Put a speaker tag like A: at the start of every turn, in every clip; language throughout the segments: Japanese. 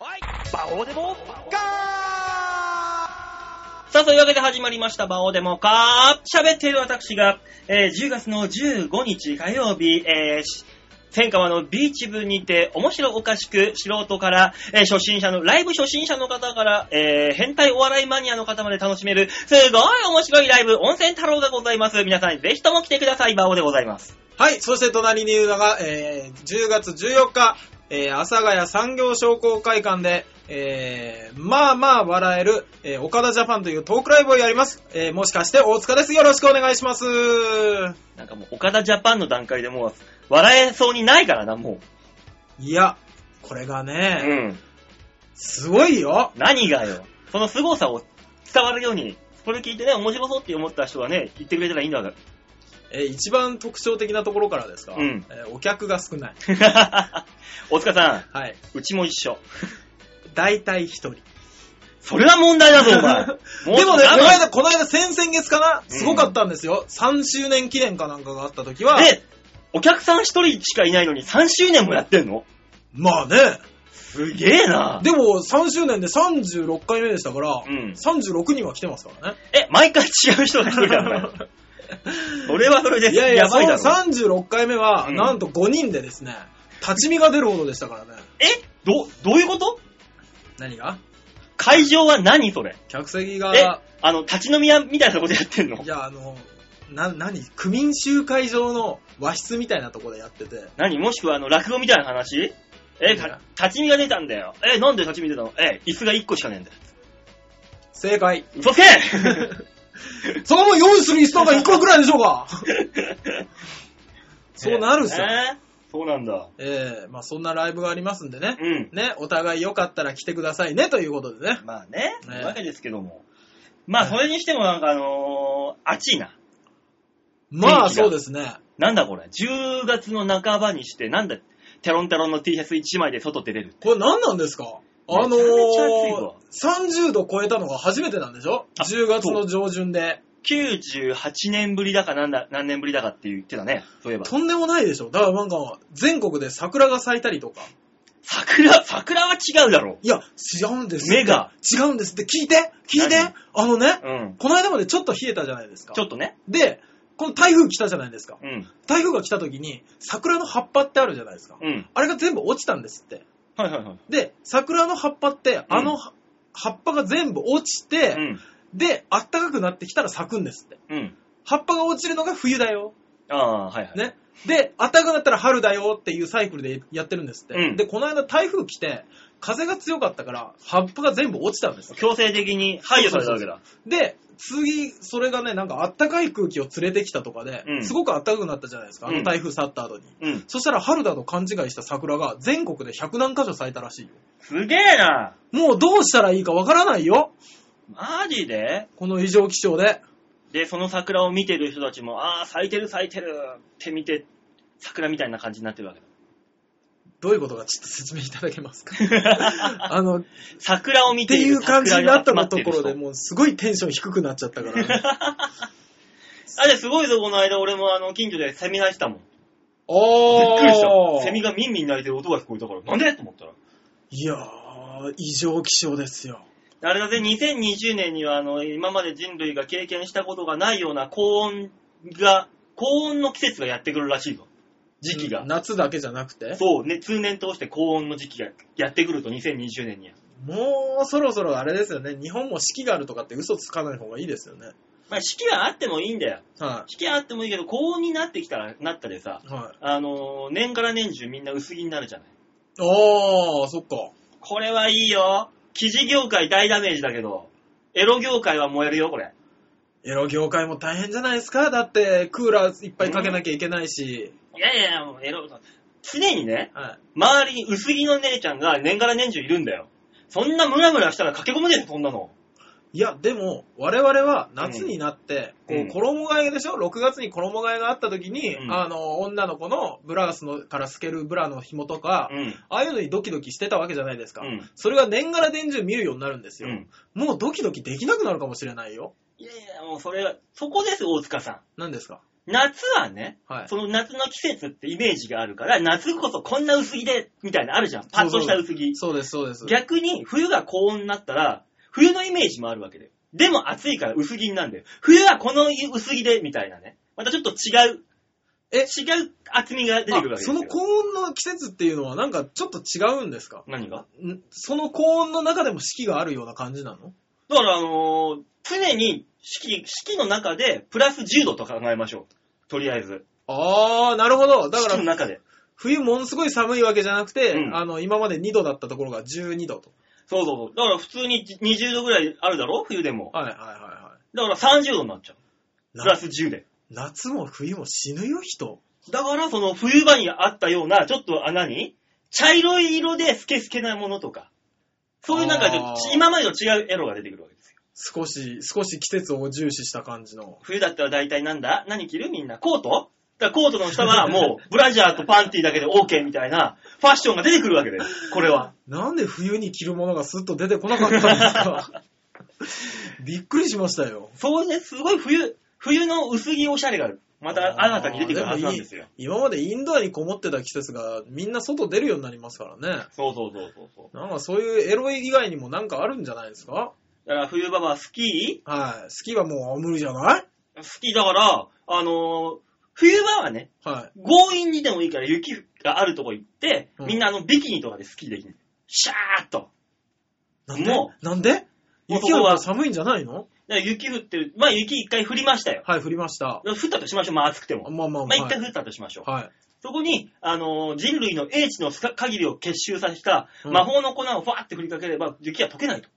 A: バオデモカ
B: さあ、そういうわけで始まりました、バオデモか喋っている私が、えー10月の15日火曜日、えーし千川のビーチ部にて、面白おかしく、素人から、えー初心者の、ライブ初心者の方から、えー変態お笑いマニアの方まで楽しめる、すごい面白いライブ、温泉太郎がございます。皆さん、ぜひとも来てください、バオでございます。
C: はい、そして隣にいるのが、えー10月14日、えー阿佐ヶ谷産業商工会館で、えーまあまあ笑える、えー岡田ジャパンというトークライブをやります。えーもしかして大塚です。よろしくお願いします。
B: なんかもう、岡田ジャパンの段階でもう、笑えそうにないからな、も
C: いや、これが
B: う。う
C: ね、
B: ん。
C: すごいよ。
B: 何がよ。その凄さを伝わるように、これ聞いてね、面白そうって思った人はね、言ってくれたらいいんだから。
C: えー一番特徴的なところからですか、
B: うん
C: えーお客が少ない。
B: 大塚さ
C: はい。
B: ん、うちも一緒。
C: 大体一人。
B: それは問題だぞ、お前。
C: でもね、この
B: だ
C: 間、この間、先々月かな
B: うん
C: すごかったんですよ。3周年記念かなんかがあった時は。
B: で、お客さん一人しかいないのに3周年もやってんの
C: まあね。
B: すげえな。
C: でも、3周年で36回目でしたから、
B: うん
C: 36人は来てますからね。
B: え、毎回違う人が来てたんだ よ。それはそれで、
C: いやいや、そ
B: ばい
C: の
B: だろ。
C: 36回目は、
B: うん
C: なんと5人でですね、立ち見が出るほどでしたからね。
B: えど、どういうこと
C: 何が
B: 会場は何それ
C: 客席
B: え
C: が、、
B: あの、立ち飲み屋みたいなことやってんの
C: いや、あの、な、何区民集会場の和室みたいなとこでやってて、
B: 何もしくはあの、落語みたいな話え、た立ち見が出たんだよ。え、なんで立ち見出たのえ、椅子が1個しかねえんだよ。
C: 正解。
B: 嘘つけ
C: その分用意する椅子とかいくらくらいでしょう か そうなるっすよ。
B: えーそうなんだ。
C: ええまあそんなライブがありますんでね。
B: うん。
C: ね、お互いよかったら来てくださいね、ということでね。
B: まあね、
C: ね
B: そういうわけですけども。まあ、それにしてもなんかあのー、暑いな。
C: まあそうですね。
B: なんだこれ。10月の半ばにして、なんだ、テロンテロンの T シャツ1枚で外出れる。
C: これ何なんですかあの
B: めちゃめちゃ暑いわ
C: ー、30度超えたのが初めてなんでしょ
B: あ
C: ?10 月の上旬で。
B: 98年ぶりだかなんだ、何年ぶりだかって言ってたね。そういえば。
C: とんでもないでしょだからなんか、全国で桜が咲いたりとか。
B: 桜、桜は違うだろ
C: いや、違うんですって
B: 目が。
C: 違うんですって、聞いて聞いて
B: 何
C: あのね
B: う。、うん。
C: この間までちょっと冷えたじゃないですか
B: ち。ょっとね。
C: で、この台風来たじゃないですか。
B: うん。
C: 台風が来た時に、桜の葉っぱってあるじゃないですか。
B: うん。
C: あれが全部落ちたんですって。
B: はいはいはい。
C: で、桜の葉っぱって、あの葉葉っぱが全部落ちて、
B: うん。
C: で、あったかくなってきたら咲くんですって。
B: うん。
C: 葉っぱが落ちるのが冬だよ。
B: ああ、はいはい。。
C: ね。で、暖かくなったら春だよっていうサイクルでやってるんですって。
B: うん
C: で、この間台風来て、風が強かったから、葉っぱが全部落ちたんです。
B: 強制的に排除されたわけだ。
C: で、次、それがね、なんか暖かい空気を連れてきたとかで、
B: うん
C: すごく暖かくなったじゃないですか、あ
B: うん
C: の台風去った後に。
B: うん。
C: そしたら春だと勘違いした桜が全国で100何箇所咲いたらしいよ。
B: すげえな。
C: もうどうしたらいいかわからないよ。
B: マジで
C: この異常気象で。
B: で、その桜を見てる人たちも、ああ、咲いてる咲いてるって見て、桜みたいな感じになってるわけ
C: どういうことかちょっと説明いただけます か
B: だ。
C: あの、
B: 桜を
C: っ
B: 見
C: て
B: てい
C: い
B: る
C: う感じになったところで
B: も。
C: もうすごいテンション低くなっちゃったから、 あ
B: あれすごいぞ、この間俺もあの、近所でセミ鳴いてたもん。び
C: ー
B: っくりした。セミがミンミン鳴いてる音が聞こえたから、なんでと思ったら。
C: いやー異常気象ですよ
B: あれだぜ、2020年にはあの、今まで人類が経験したことがないような高温が、高温の季節がやってくるらしいぞ。時期が。
C: 夏だけじゃなくて
B: そう、ね、通年通して高温の時期がやってくると、2020年には。
C: もうそろそろあれですよね日本も四季があるとかって嘘つかない方がいいですよね
B: まあ、四季はあってもいいんだよ。
C: は
B: 引きあってもいいけど、高温になってきたら、なったでさ、
C: いはい
B: あのー年から年中みんな薄着になるじゃない。
C: あーそっか
B: これはいいよ。生地業界大ダメージだけど、エロ業界は燃えるよ、これ。
C: エロ業界も大変じゃないですかだってクーラーいっぱいかけなきゃいけないし、
B: いやいやいや、もうエロ、常にね、
C: はい、
B: 周りに薄着の姉ちゃんが年から年中いるんだよ。そんなムラムラしたら駆け込むでしょ、そんなの。
C: いやでも我々は夏になって、
B: うん
C: こう衣替えでしょ6月に衣替えがあった時に、
B: うん
C: あの女の子のブラウスのから透けるブラの紐とか、
B: うん。
C: ああいうのにドキドキしてたわけじゃないですか、
B: うん
C: それが年がら年中見るようになるんです
B: う
C: よ、
B: ん。
C: もうドキドキできなくなるかもしれないよ
B: いやいや、もうそれは、そこです、大塚さん。
C: 何ですか
B: 夏はね、
C: はい
B: その夏の季節ってイメージがあるから、夏こそこんな薄着で、みたいなのあるじゃん。パッとした薄着。
C: そうです、そうです。
B: 逆に、冬が高温になったら、冬のイメージもあるわけで。でも暑いから薄着になるんだよ。冬はこの薄着で、みたいなね。またちょっと違う。
C: え
B: 違う厚みが出てくるわけ
C: あ
B: です
C: そ
B: よ。
C: の高温の季節っていうのはなんかちょっと違うんですか
B: 何が
C: んその高温の中でも四季があるような感じなの
B: だから、あのー常に四季、四季の中で、プラス10度と考えましょう。とりあえず。
C: あー、なるほど。だ
B: 四季
C: か
B: の
C: ら、
B: 中で。
C: 冬ものすごい寒いわけじゃなくて、
B: うん
C: あの、今まで2度だったところが12度と。
B: そうそうそう。だから普通に20度ぐらいあるだろ冬でも。
C: はいはいは
B: だから30度になっちゃう。プ
C: いはい
B: ラ。ス10で。
C: な夏も冬も死ぬよ、人。
B: だからその冬場にあったような、ちょっと穴に、茶色い色でスケスケなものとか、そういうなんかちょっと
C: あー
B: 今までと違うエロが出てくるわけですよ。
C: 少し、少し季節を重視した感じの。
B: 冬だったら大体なんだ何着るみんな。コートだからコートの下はもうブラジャーとパンティーだけで OK みたいなファッションが出てくるわけです。これは。
C: なんで冬に着るものがスッと出てこなかったんで すかびっくりしましたよ。
B: そうね、すごい冬、冬の薄着おしゃれがまた新たに出てくるはずなんですよ
C: あー。もい今までインドアにこもってた季節がみんな外出るようになりますからね。
B: そうそうそうそうそう。
C: なんかそういうエロい以外にもなんかあるんじゃないですか
B: だから冬場はスキ
C: はい。スキーはもう無理じゃない
B: ースキーだから、あのー冬場はね、
C: は
B: 強引にでもいいから雪があるとこ行って、
C: うん
B: みんなあのビキニとかでスキーできる。シャーっと。
C: い。なんで
B: も
C: なんで
B: もう
C: 雪は寒いんじゃないの
B: だから雪降ってる。まあ雪一回降りましたよ。
C: はい、降りました。
B: 降ったとしましょう。まあ暑くて
C: まあ
B: も。
C: まあまあ。
B: まあ一回降ったとしましょう。
C: はい。
B: そこに、あのー人類の英知のか限りを結集させた
C: うん
B: 魔法の粉をファーって振りかければ雪は溶けないと。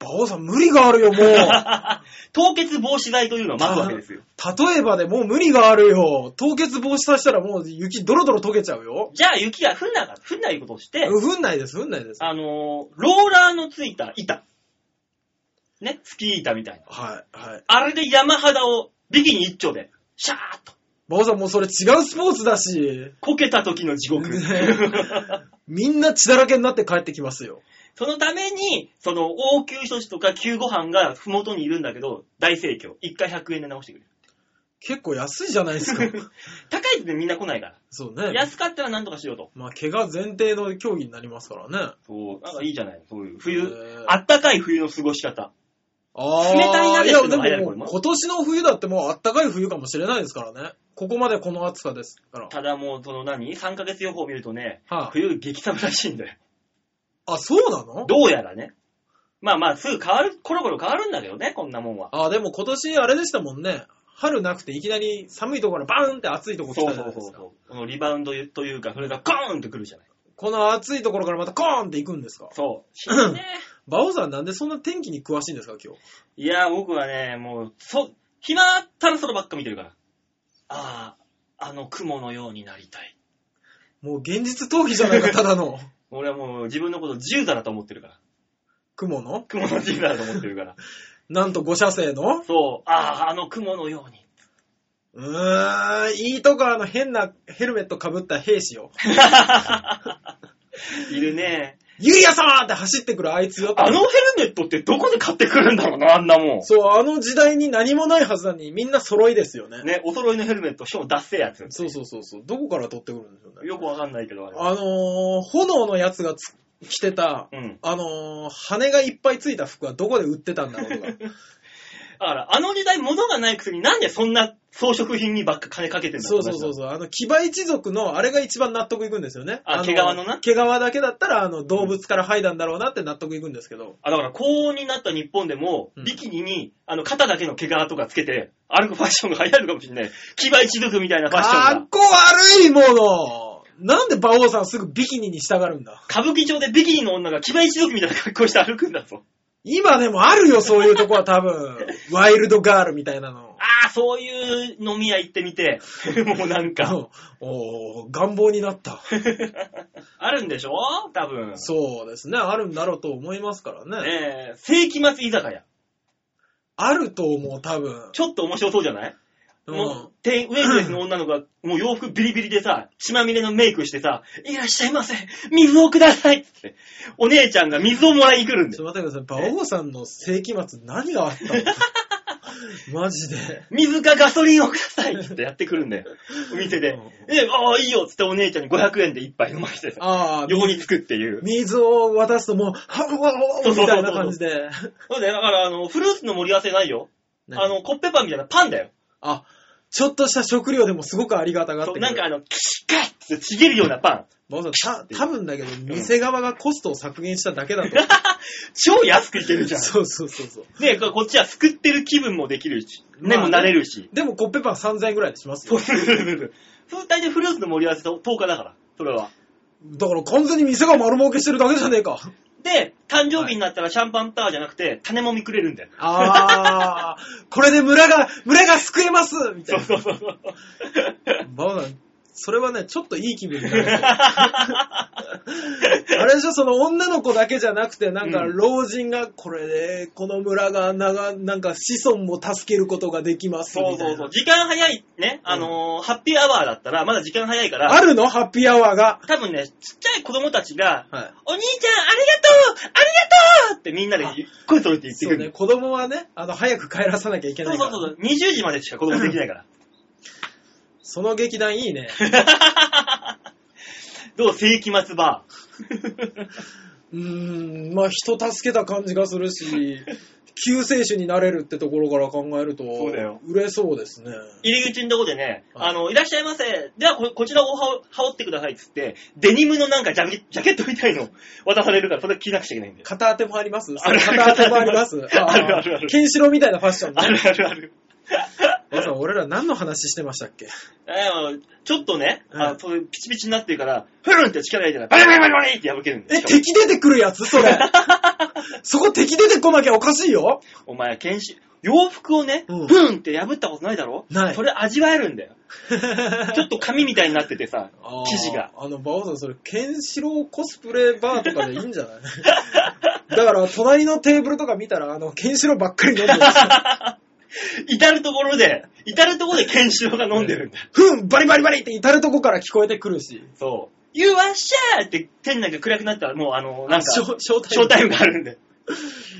C: バオさん無理があるよ、 もう。
B: 凍結防止剤というのをまくわけですよ。
C: 例えばでもう無理があるよ。凍結防止させたらもう雪ドロドロ溶けちゃうよ。
B: じゃあ雪が降んなかった、降んないことをして、
C: うん、降んないです、降んないです。はい。
B: あのーローラーのついた板。ね、スキー板みたいな。
C: はい。
B: あれで山肌をビキニ一丁で、シャーっと、
C: バオさんもうそれ違うスポーツだし、
B: こけた時の地獄。
C: みんな血だらけになって帰ってきますよ。
B: そのために、その応急処置とか救護班がふもとにいるんだけど、大盛況。一回100円で直してくれる。
C: 結構安いじゃない ですか。
B: 高いとねみんな来ないか
C: そう
B: ら。
C: ね。
B: 安かったら何とかしようと。
C: まあ、怪我前提の競技になりますからね。
B: そう、なんかいいじゃないそういう
C: へ
B: 冬、
C: ー
B: あったかい冬の過ごし方。
C: あー
B: 冷たい鍋
C: い
B: ってい
C: や、
B: うのが流行る
C: で
B: これ
C: も
B: も
C: もう今年の冬だってもうあったかい冬かもしれないですからね。ここまでこの暑さですから。
B: ただもう、その何 ?3 ヶ月予報を見るとね、
C: は
B: 冬激寒らしいんだよ。
C: あ、あ、そうなの
B: どうやらね。まあまあ、すぐ変わる、コロコロ変わるんだけどね、こんなもんは。
C: あ、でも今年あれでしたもんね。春なくていきなり寒いところからバーンって暑いところ来
B: そ
C: た
B: う
C: じゃ
B: そ
C: な
B: う
C: いで
B: そう
C: すか。
B: そう。このリバウンドというか、それがコーンってくるじゃない。
C: この暑いところからまたコーンって行くんですか
B: そう。死ぬね。
C: バオさんなんでそんな天気に詳しいんですか今日。
B: いや、僕はね、もう、そ、暇あったらそればっか見てるから。ああ、あの雲のようになりたい。
C: もう現実逃避じゃないか、ただの。
B: 俺はもう自分のこと10座だと思ってるから。
C: 雲の
B: 雲の10座だと思ってるから。
C: なんと5車線 の
B: そう。ああ、あの雲のように。
C: うーん、いいとこあの変なヘルメットかぶった兵士よ。
B: いるね。
C: ゆいや様って走ってくるあいつよ。
B: あのヘルメットってどこで買ってくるんだろうな、あんなもん。
C: そう、あの時代に何もないはずなのにみんな揃いですよね。
B: ね、お揃いのヘルメット、しかも脱せやつ。
C: そうそうそうそう。どこから取ってくるんでしょうね。
B: よくわかんないけど、あれは。
C: あのー、炎のやつがつ着てた、
B: うん。
C: あのー、羽がいっぱいついた服はどこで 売ってたんだろうとか。
B: だから、あの時代物がないくせになんでそんな装飾品にばっか金かけてんだ
C: そうそうそう
B: う。
C: そう。あの、騎馬一族のあれが一番納得いくんですよね。
B: あ
C: の
B: 毛皮のな
C: 毛皮だけだったら、あの、動物から剥いだんだろうなって納得いくんですけど。
B: あ、だから高温になった日本でも、
C: うん
B: ビキニに、あの、肩だけの毛皮とかつけて、歩くファッションが流行るかもしれない。騎馬一族みたいなファッショ
C: か
B: ンが
C: っ。こ悪いものなんで馬王さんすぐビキニに従うんだ
B: 歌舞伎町でビキニの女が騎馬一族みたいな格好して歩くんだぞ。
C: 今でもあるよ、そういうとこは多 分。ワイルドガールみたいなの。
B: ああ、そういう飲み屋行ってみて、 もうなんか、
C: おー願望になった。
B: あるんでしょ多分。
C: そうですね。あるんだろうと思いますからね。
B: えー、世紀末居酒屋。
C: あると思う、多分。
B: ちょっと面白そうじゃないもう、店員ウェイトレスの女の子が、もう洋服ビリビリでさ、血まみれのメイクしてさ、いらっしゃいませ水をくださいっつって、お姉ちゃんが水をもらいに来るん
C: ち
B: だ
C: ょ
B: よ。
C: っと待ってください。馬王さんの世紀末何があったのマジで。
B: 水かガソリンをくださいってや ってくるんだよ。お店で。で、ああ、いいよっつってお姉ちゃんに500円で一杯飲ましてさ、
C: ああ、
B: 横につくっていう。
C: 水を渡すともう、はわわ
B: そうそうそうそう
C: みたいな感じで。
B: そうだよ、だからあの、フルーツの盛り合わせないよ。あの、コッペパンみたいなパンだよ。
C: あ、ちょっとした食料でもすごくありがたがって
B: そう
C: くる
B: なんかあの、キシカッってちぎるようなパン。
C: バオさん、た、多分だけど、店側がコストを削減しただけだと。
B: 超安くいけるじゃん。
C: そうそうそうそう。
B: ねここっちは救ってる気分もできるし、ね、
C: ま
B: も
C: あ
B: う
C: ね
B: 慣れるし。
C: でもコッペパン3000円ぐらいします
B: そ
C: よ
B: うそうそうそう。そう大体フルーツの盛り合わせと10日だから、それは。
C: だから完全に店が丸儲けしてるだけじゃねえか。
B: で、誕生日になったらシャンパンタワーじゃなくて、種もみくれるんだよ。
C: あー、これで村が、村が救えますみた
B: そ
C: いうな。
B: そうそうそう。
C: バオさん、それはね、ちょっといい気分にな る。あれでしょ、その女の子だけじゃなくて、なんか
B: うん
C: 老人が、これで、この村が、なが、なんか子孫も助けることができます。。
B: そうそうそうう。時間早いね、あのーハッピーアワーだったら、まだ時間早いから、
C: あるのハッピーアワーが。
B: 多分ね、ちっちゃい子供たちが、お兄ちゃ
C: はい。
B: ん、ありがとうありがとうってみんなで声取れて言って
C: そ
B: く
C: う
B: る
C: ね、子供はね、あの、早く帰らさなきゃいけ
B: そ
C: な
B: う
C: いか
B: そう
C: ら。
B: そうそう。20時までしか子供できないから。
C: その劇団いいね。
B: どう世紀末 バ
C: うーん、まあ人助けた感じがするし、 救世主になれるってところから考えると、
B: そうだよ
C: 売れそうですね。
B: ー。入り口のとこでね、
C: はい
B: あの、いらっしゃいませ。ではこ、こちらを羽織羽織ってくださいっつって、デニムのなんかジャケジャケットみたいの 渡されるから、それ着なくちゃいけないんだよ。
C: 片当てもあります
B: ある
C: 片当てもあります
B: あるあるある
C: ーケンシロウみたいなファッション
B: ある
C: ね。
B: あるあ る。
C: まさん、俺ら何の話してましたっけ
B: えーちょっとね、
C: うん
B: あそういうピチピチになってるから、フルンって力入れたら、バリバリバリバリって破けるんだ
C: え、
B: よ。
C: 敵出てくるやつ それ。そこ敵出てこなきゃおかしいよ。
B: お前、剣士、洋服をね、
C: うん
B: フルンって破ったことないだろ
C: ない
B: それ味わえるん だよ。ちょっと紙みたいになっててさ
C: あー、
B: 生地が。。
C: あの、バオさん、それ、ケンシロウコスプレバーとかでいいんじ ゃないだから、隣のテーブルとか見たら、あの、ケンシロウばっかり飲んでる。
B: 至るところで、至るところでケンシロウが飲んでるんだよ。
C: ふん、バリバリバリって至るとこから聞こえてくるし。
B: そう。You are sure! って店内が暗くなったらもうあの、なんか、シ
C: ショショータイム
B: ョータイムがあるんだ よ。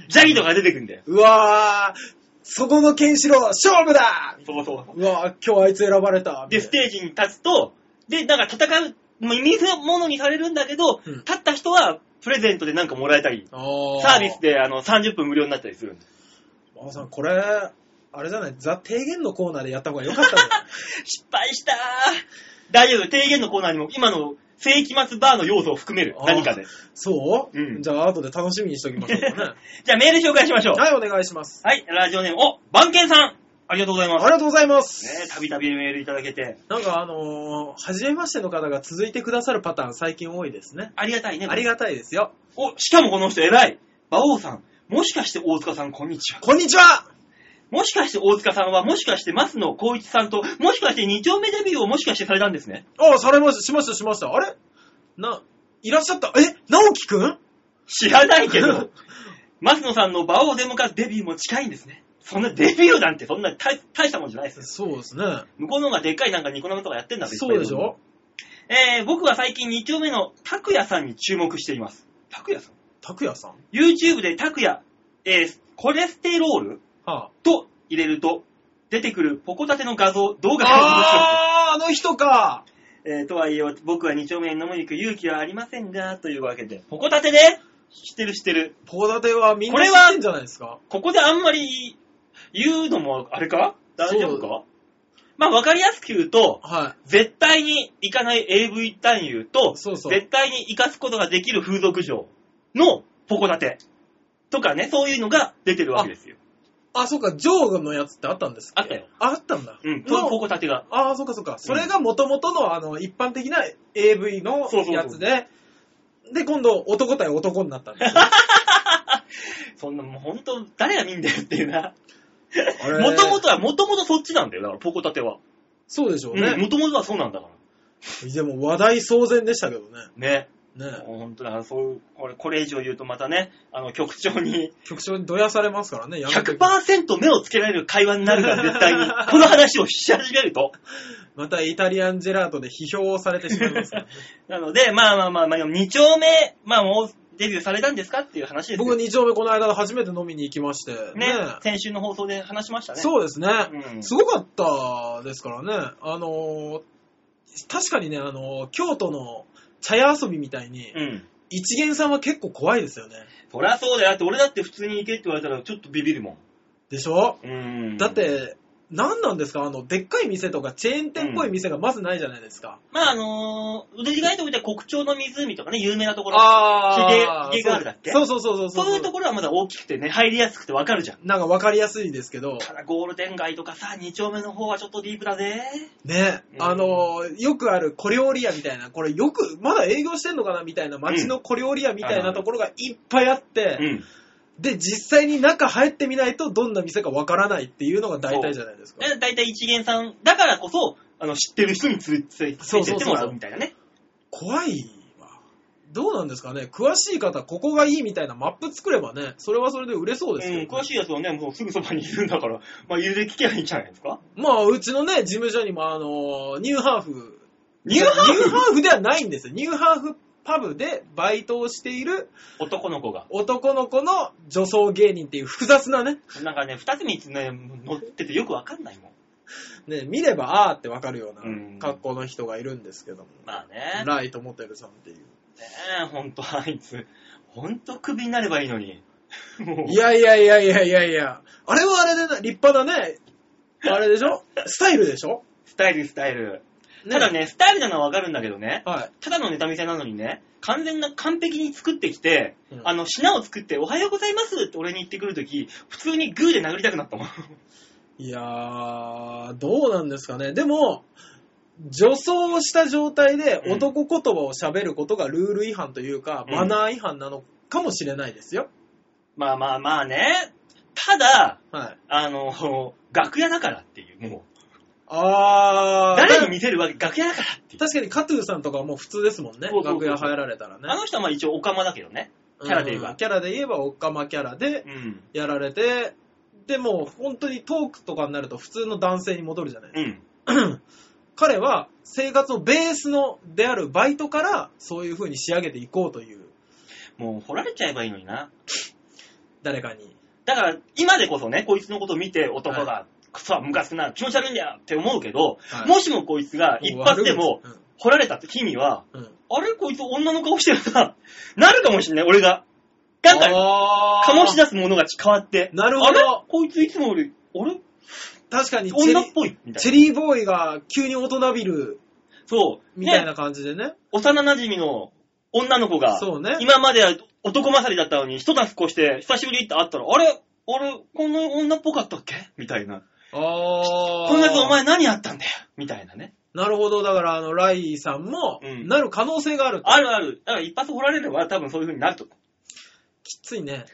B: ジャギとか出てくんだよ。
C: うわー、そこのケンシロウ、勝負だ
B: そうそう。
C: うわー、今日あいつ選ばれた。
B: で、ステージに立つと、で、なんか戦う、見せ物にされるんだけど、
C: うん
B: 立った人はプレゼントでなんかもらえたり、
C: あー
B: サービス。であの30分無料になったりするんだよ
C: バオさん、これ、あれじゃない、ザ・提言のコーナーでやった方がよ かったんじゃない
B: 失敗したー大丈夫提言のコーナーにも今の世紀末バーの要素を含める
C: あー
B: 何かで
C: そう、
B: うん
C: じゃあ、後で楽しみにしときましょうかね。
B: じゃあメール紹介しましょう
C: はい、お願いします。
B: はいラジオネームお番犬さんありがとうござい
C: あ
B: ま
C: り
B: す
C: がとうございます。
B: ねえたびたびメールいただけて
C: なんかあのー、初めましての方が続いてくださるパターン最近多いですね。
B: ありがたいね
C: ありがたいですよ。
B: おしかもこの人偉い馬王さんもしかして大塚さんこんにちは
C: こんにちは
B: もしかして大塚さんはもしかして増野光一さんともしかして二丁目デビューをもしかしてされたんですね
C: あ、されました、しました、しました。あれな、いらっしゃった。え、直樹くん
B: 知らないけど増野さんの馬王デモカデビューも近いんですねそんなデビューなんてそんな大大したもんじゃないです
C: そうですね。
B: 向こうの方がでっかいなんかニコ生とかやってんだって
C: そうでしょ
B: えー、僕は最近2丁目の拓也さんに注目しています。拓也さん
C: 拓也さん
B: ?YouTube で拓也、えー、コレステロール
C: は
B: と入れると、出てくるポコタテの画像、動
C: あ。
B: 画が面
C: あー、あの人か。
B: 白い。えー、とはいえ、僕は2丁目に飲みに行く勇気はありませんが、というわけで。ポコタテね知ってる知ってる。
C: ポーダテはみんな
B: これ
C: 知
B: は
C: ってんじゃないですか。
B: ここであんまり言うのもあれか大丈夫かまあ、わかりやすく言うと、
C: は
B: 絶対に行かない AV 男優と、
C: そうそう
B: 絶対に生かすことができる風俗嬢のポコ立てとかね、そういうのが出てるわけですよ。
C: い。あ、そうか、ジョーのやつってあったんです
B: あ
C: か
B: ったよ。
C: あったんだ。
B: うん、
C: の
B: ポコ立てが。
C: ああ、そうかそうか。それが元々の、あの、一般的な AV の
B: そうそうそう
C: やつで、で、今度、男対男になった んですよ。
B: そんなもう本当、誰が見んだよっていうな。
C: あれ
B: もともとは、もともとそっちなんだよ、だからポコ立ては。
C: そうでしょうね。
B: もともとはそうなんだから。
C: でも話題騒然でしたけどね。
B: ね。
C: ね
B: もう本当だからそういう、これ、これ以上言うとまたね、あの、局長に
C: 局長にどやされますからね、やめて
B: 100%目をつけられる会話になるから、絶対 に。この話をし始めると。
C: またイタリア ンジェラートで批評をされてしまいますからね。
B: なので、まあまあまあ、まあ、2丁目、まあもう、デビューされたんですかっていう話ですよ。
C: 僕2丁目この間初めて飲みに行きまして。
B: ね、先週の放送で話しましたね。
C: そうですね、
B: うん
C: すごかったですからね。あのー確かにね、あのー京都の茶屋遊びみたいに、
B: うん。
C: 一元さんは結構怖いですよね。
B: そりゃそうだよ。だって俺だって普通に行けって言われたらちょっとビビるもん。
C: でしょ、
B: うん。
C: だっ、て、何なんですかあの、でっかい店とかチェーン店っぽい店がまずないじゃないですか。
B: まああのー、意外と見たら国鳥の湖とかね、有名なところ。
C: あ
B: ヒゲヒゲガールだっけ
C: そうそうそうそう
B: そういうところはまだ大きくてね、入りやすくてわかるじゃん。
C: なんか分かりやすいですけど、
B: ただゴールデン街とかさ、2丁目の方はちょっとディープだぜ。
C: ね、
B: うん
C: あのー、よくある小料理屋みたいな、これよく、まだ営業してんのかなみたいな、街の小料理屋みたいなところがいっぱいあって、
B: ん。
C: で、実際に中入ってみないとどんな店かわからないっていうのが大体じゃないですか。
B: だいたい一元さん、だからこそ、あの、知ってる人に連れて連
C: そう
B: れて
C: そうそ
B: っ
C: うそう
B: てもらうみたいなね。
C: 怖いわ。どうなんですかね詳しい方、ここがいいみたいなマップ作ればね、それはそれで売れそうですけど、
B: うん、詳しいやつはね、もうすぐそばにいるんだから、まあ、ゆで聞きゃいいんじゃないですか。
C: まあ、うちのね、事務所にもあのーニューハーフ。
B: ニューハーフ
C: ニューハーフではないんですよ。ニューハーフパブでバイトをしている
B: 男の子が。
C: 男の子の女装芸人っていう複雑なね、
B: なんかね、二つ三つね、乗っててよくわかんないもん。
C: ね見ればあーってわかるよ
B: う
C: う
B: ん
C: な格好の人がいるんですけども。
B: まあね。
C: ライトモテルさんっていう。
B: ねえ、ほんとあいつ、ほんとクビになればいいのに。もう
C: い、やいやいやいやいやいや。あれはあれでな、立派だね。あれでしょスタイルでしょ
B: スタイルスタイル。ただ。ね、スタイルなのはわかるんだけどね、
C: はい。
B: ただのネタ見せなのにね、完全な完璧に作ってきて、
C: うん
B: あの、品を作って、おはようございますって俺に言ってくるとき、普通にグーで殴りたくなったもん。
C: いやー、どうなんですかね。でも、女装をした状態で
B: うん
C: 男言葉を喋ることがルール違反というか、
B: うん
C: マナー違反なのかもしれないですよ。
B: まあまあまあね、ただ、
C: はい。
B: あの、楽屋だからっていう、もう、
C: あー、
B: 誰に見せるわけ、楽屋だからっていう。
C: 確かにカトゥーさんとかはもう普通ですもん
B: そ
C: ね
B: うそう。そう
C: 楽屋入られたら
B: あ
C: ね。
B: の人はまあ一応オカマだけどね。キャラで言えば
C: うんキャラで言えば、オッカマキャラで
B: うん。
C: やられて、でも本当にトークとかになると普通の男性に戻るじゃないですか
B: うん。
C: 彼は生活のベースのであるバイトからそういう風に仕上げていこうという
B: もう掘られちゃえばいいのにな。
C: 誰かに
B: だから、今でこそね、こいつのこと見て男が、クソ、ムカつくな、気持ち悪いんだよって思うけど、
C: はい
B: もしもこいつが一発でも
C: 悪い
B: 掘られた日には、
C: うんうん
B: あれこいつ女の顔してるな。 なるかもしれない、俺が。なんか、
C: あー
B: 醸し出すものが変わって。
C: なるほど
B: あれこいついつもより、あれ
C: 確かにチェリ
B: 女っ
C: ー
B: ぽいみた
C: チェ
B: いな。
C: リーボーイが急に大人びる
B: そう。
C: みたい
B: ね。
C: な感じでね
B: 幼馴染の女の子が、
C: そうね
B: 今までは男勝りだったのに、一たすこして、久しぶりって会ったら、あれあれこんな女っぽかったっけみたいな。
C: ああ
B: こんなやつお前何やったんだよみたいなね。
C: なるほどだからあのライさんも
B: うん
C: なる可能性がある、
B: あるある。だから一発掘られれば多分そういう風になると。
C: きついね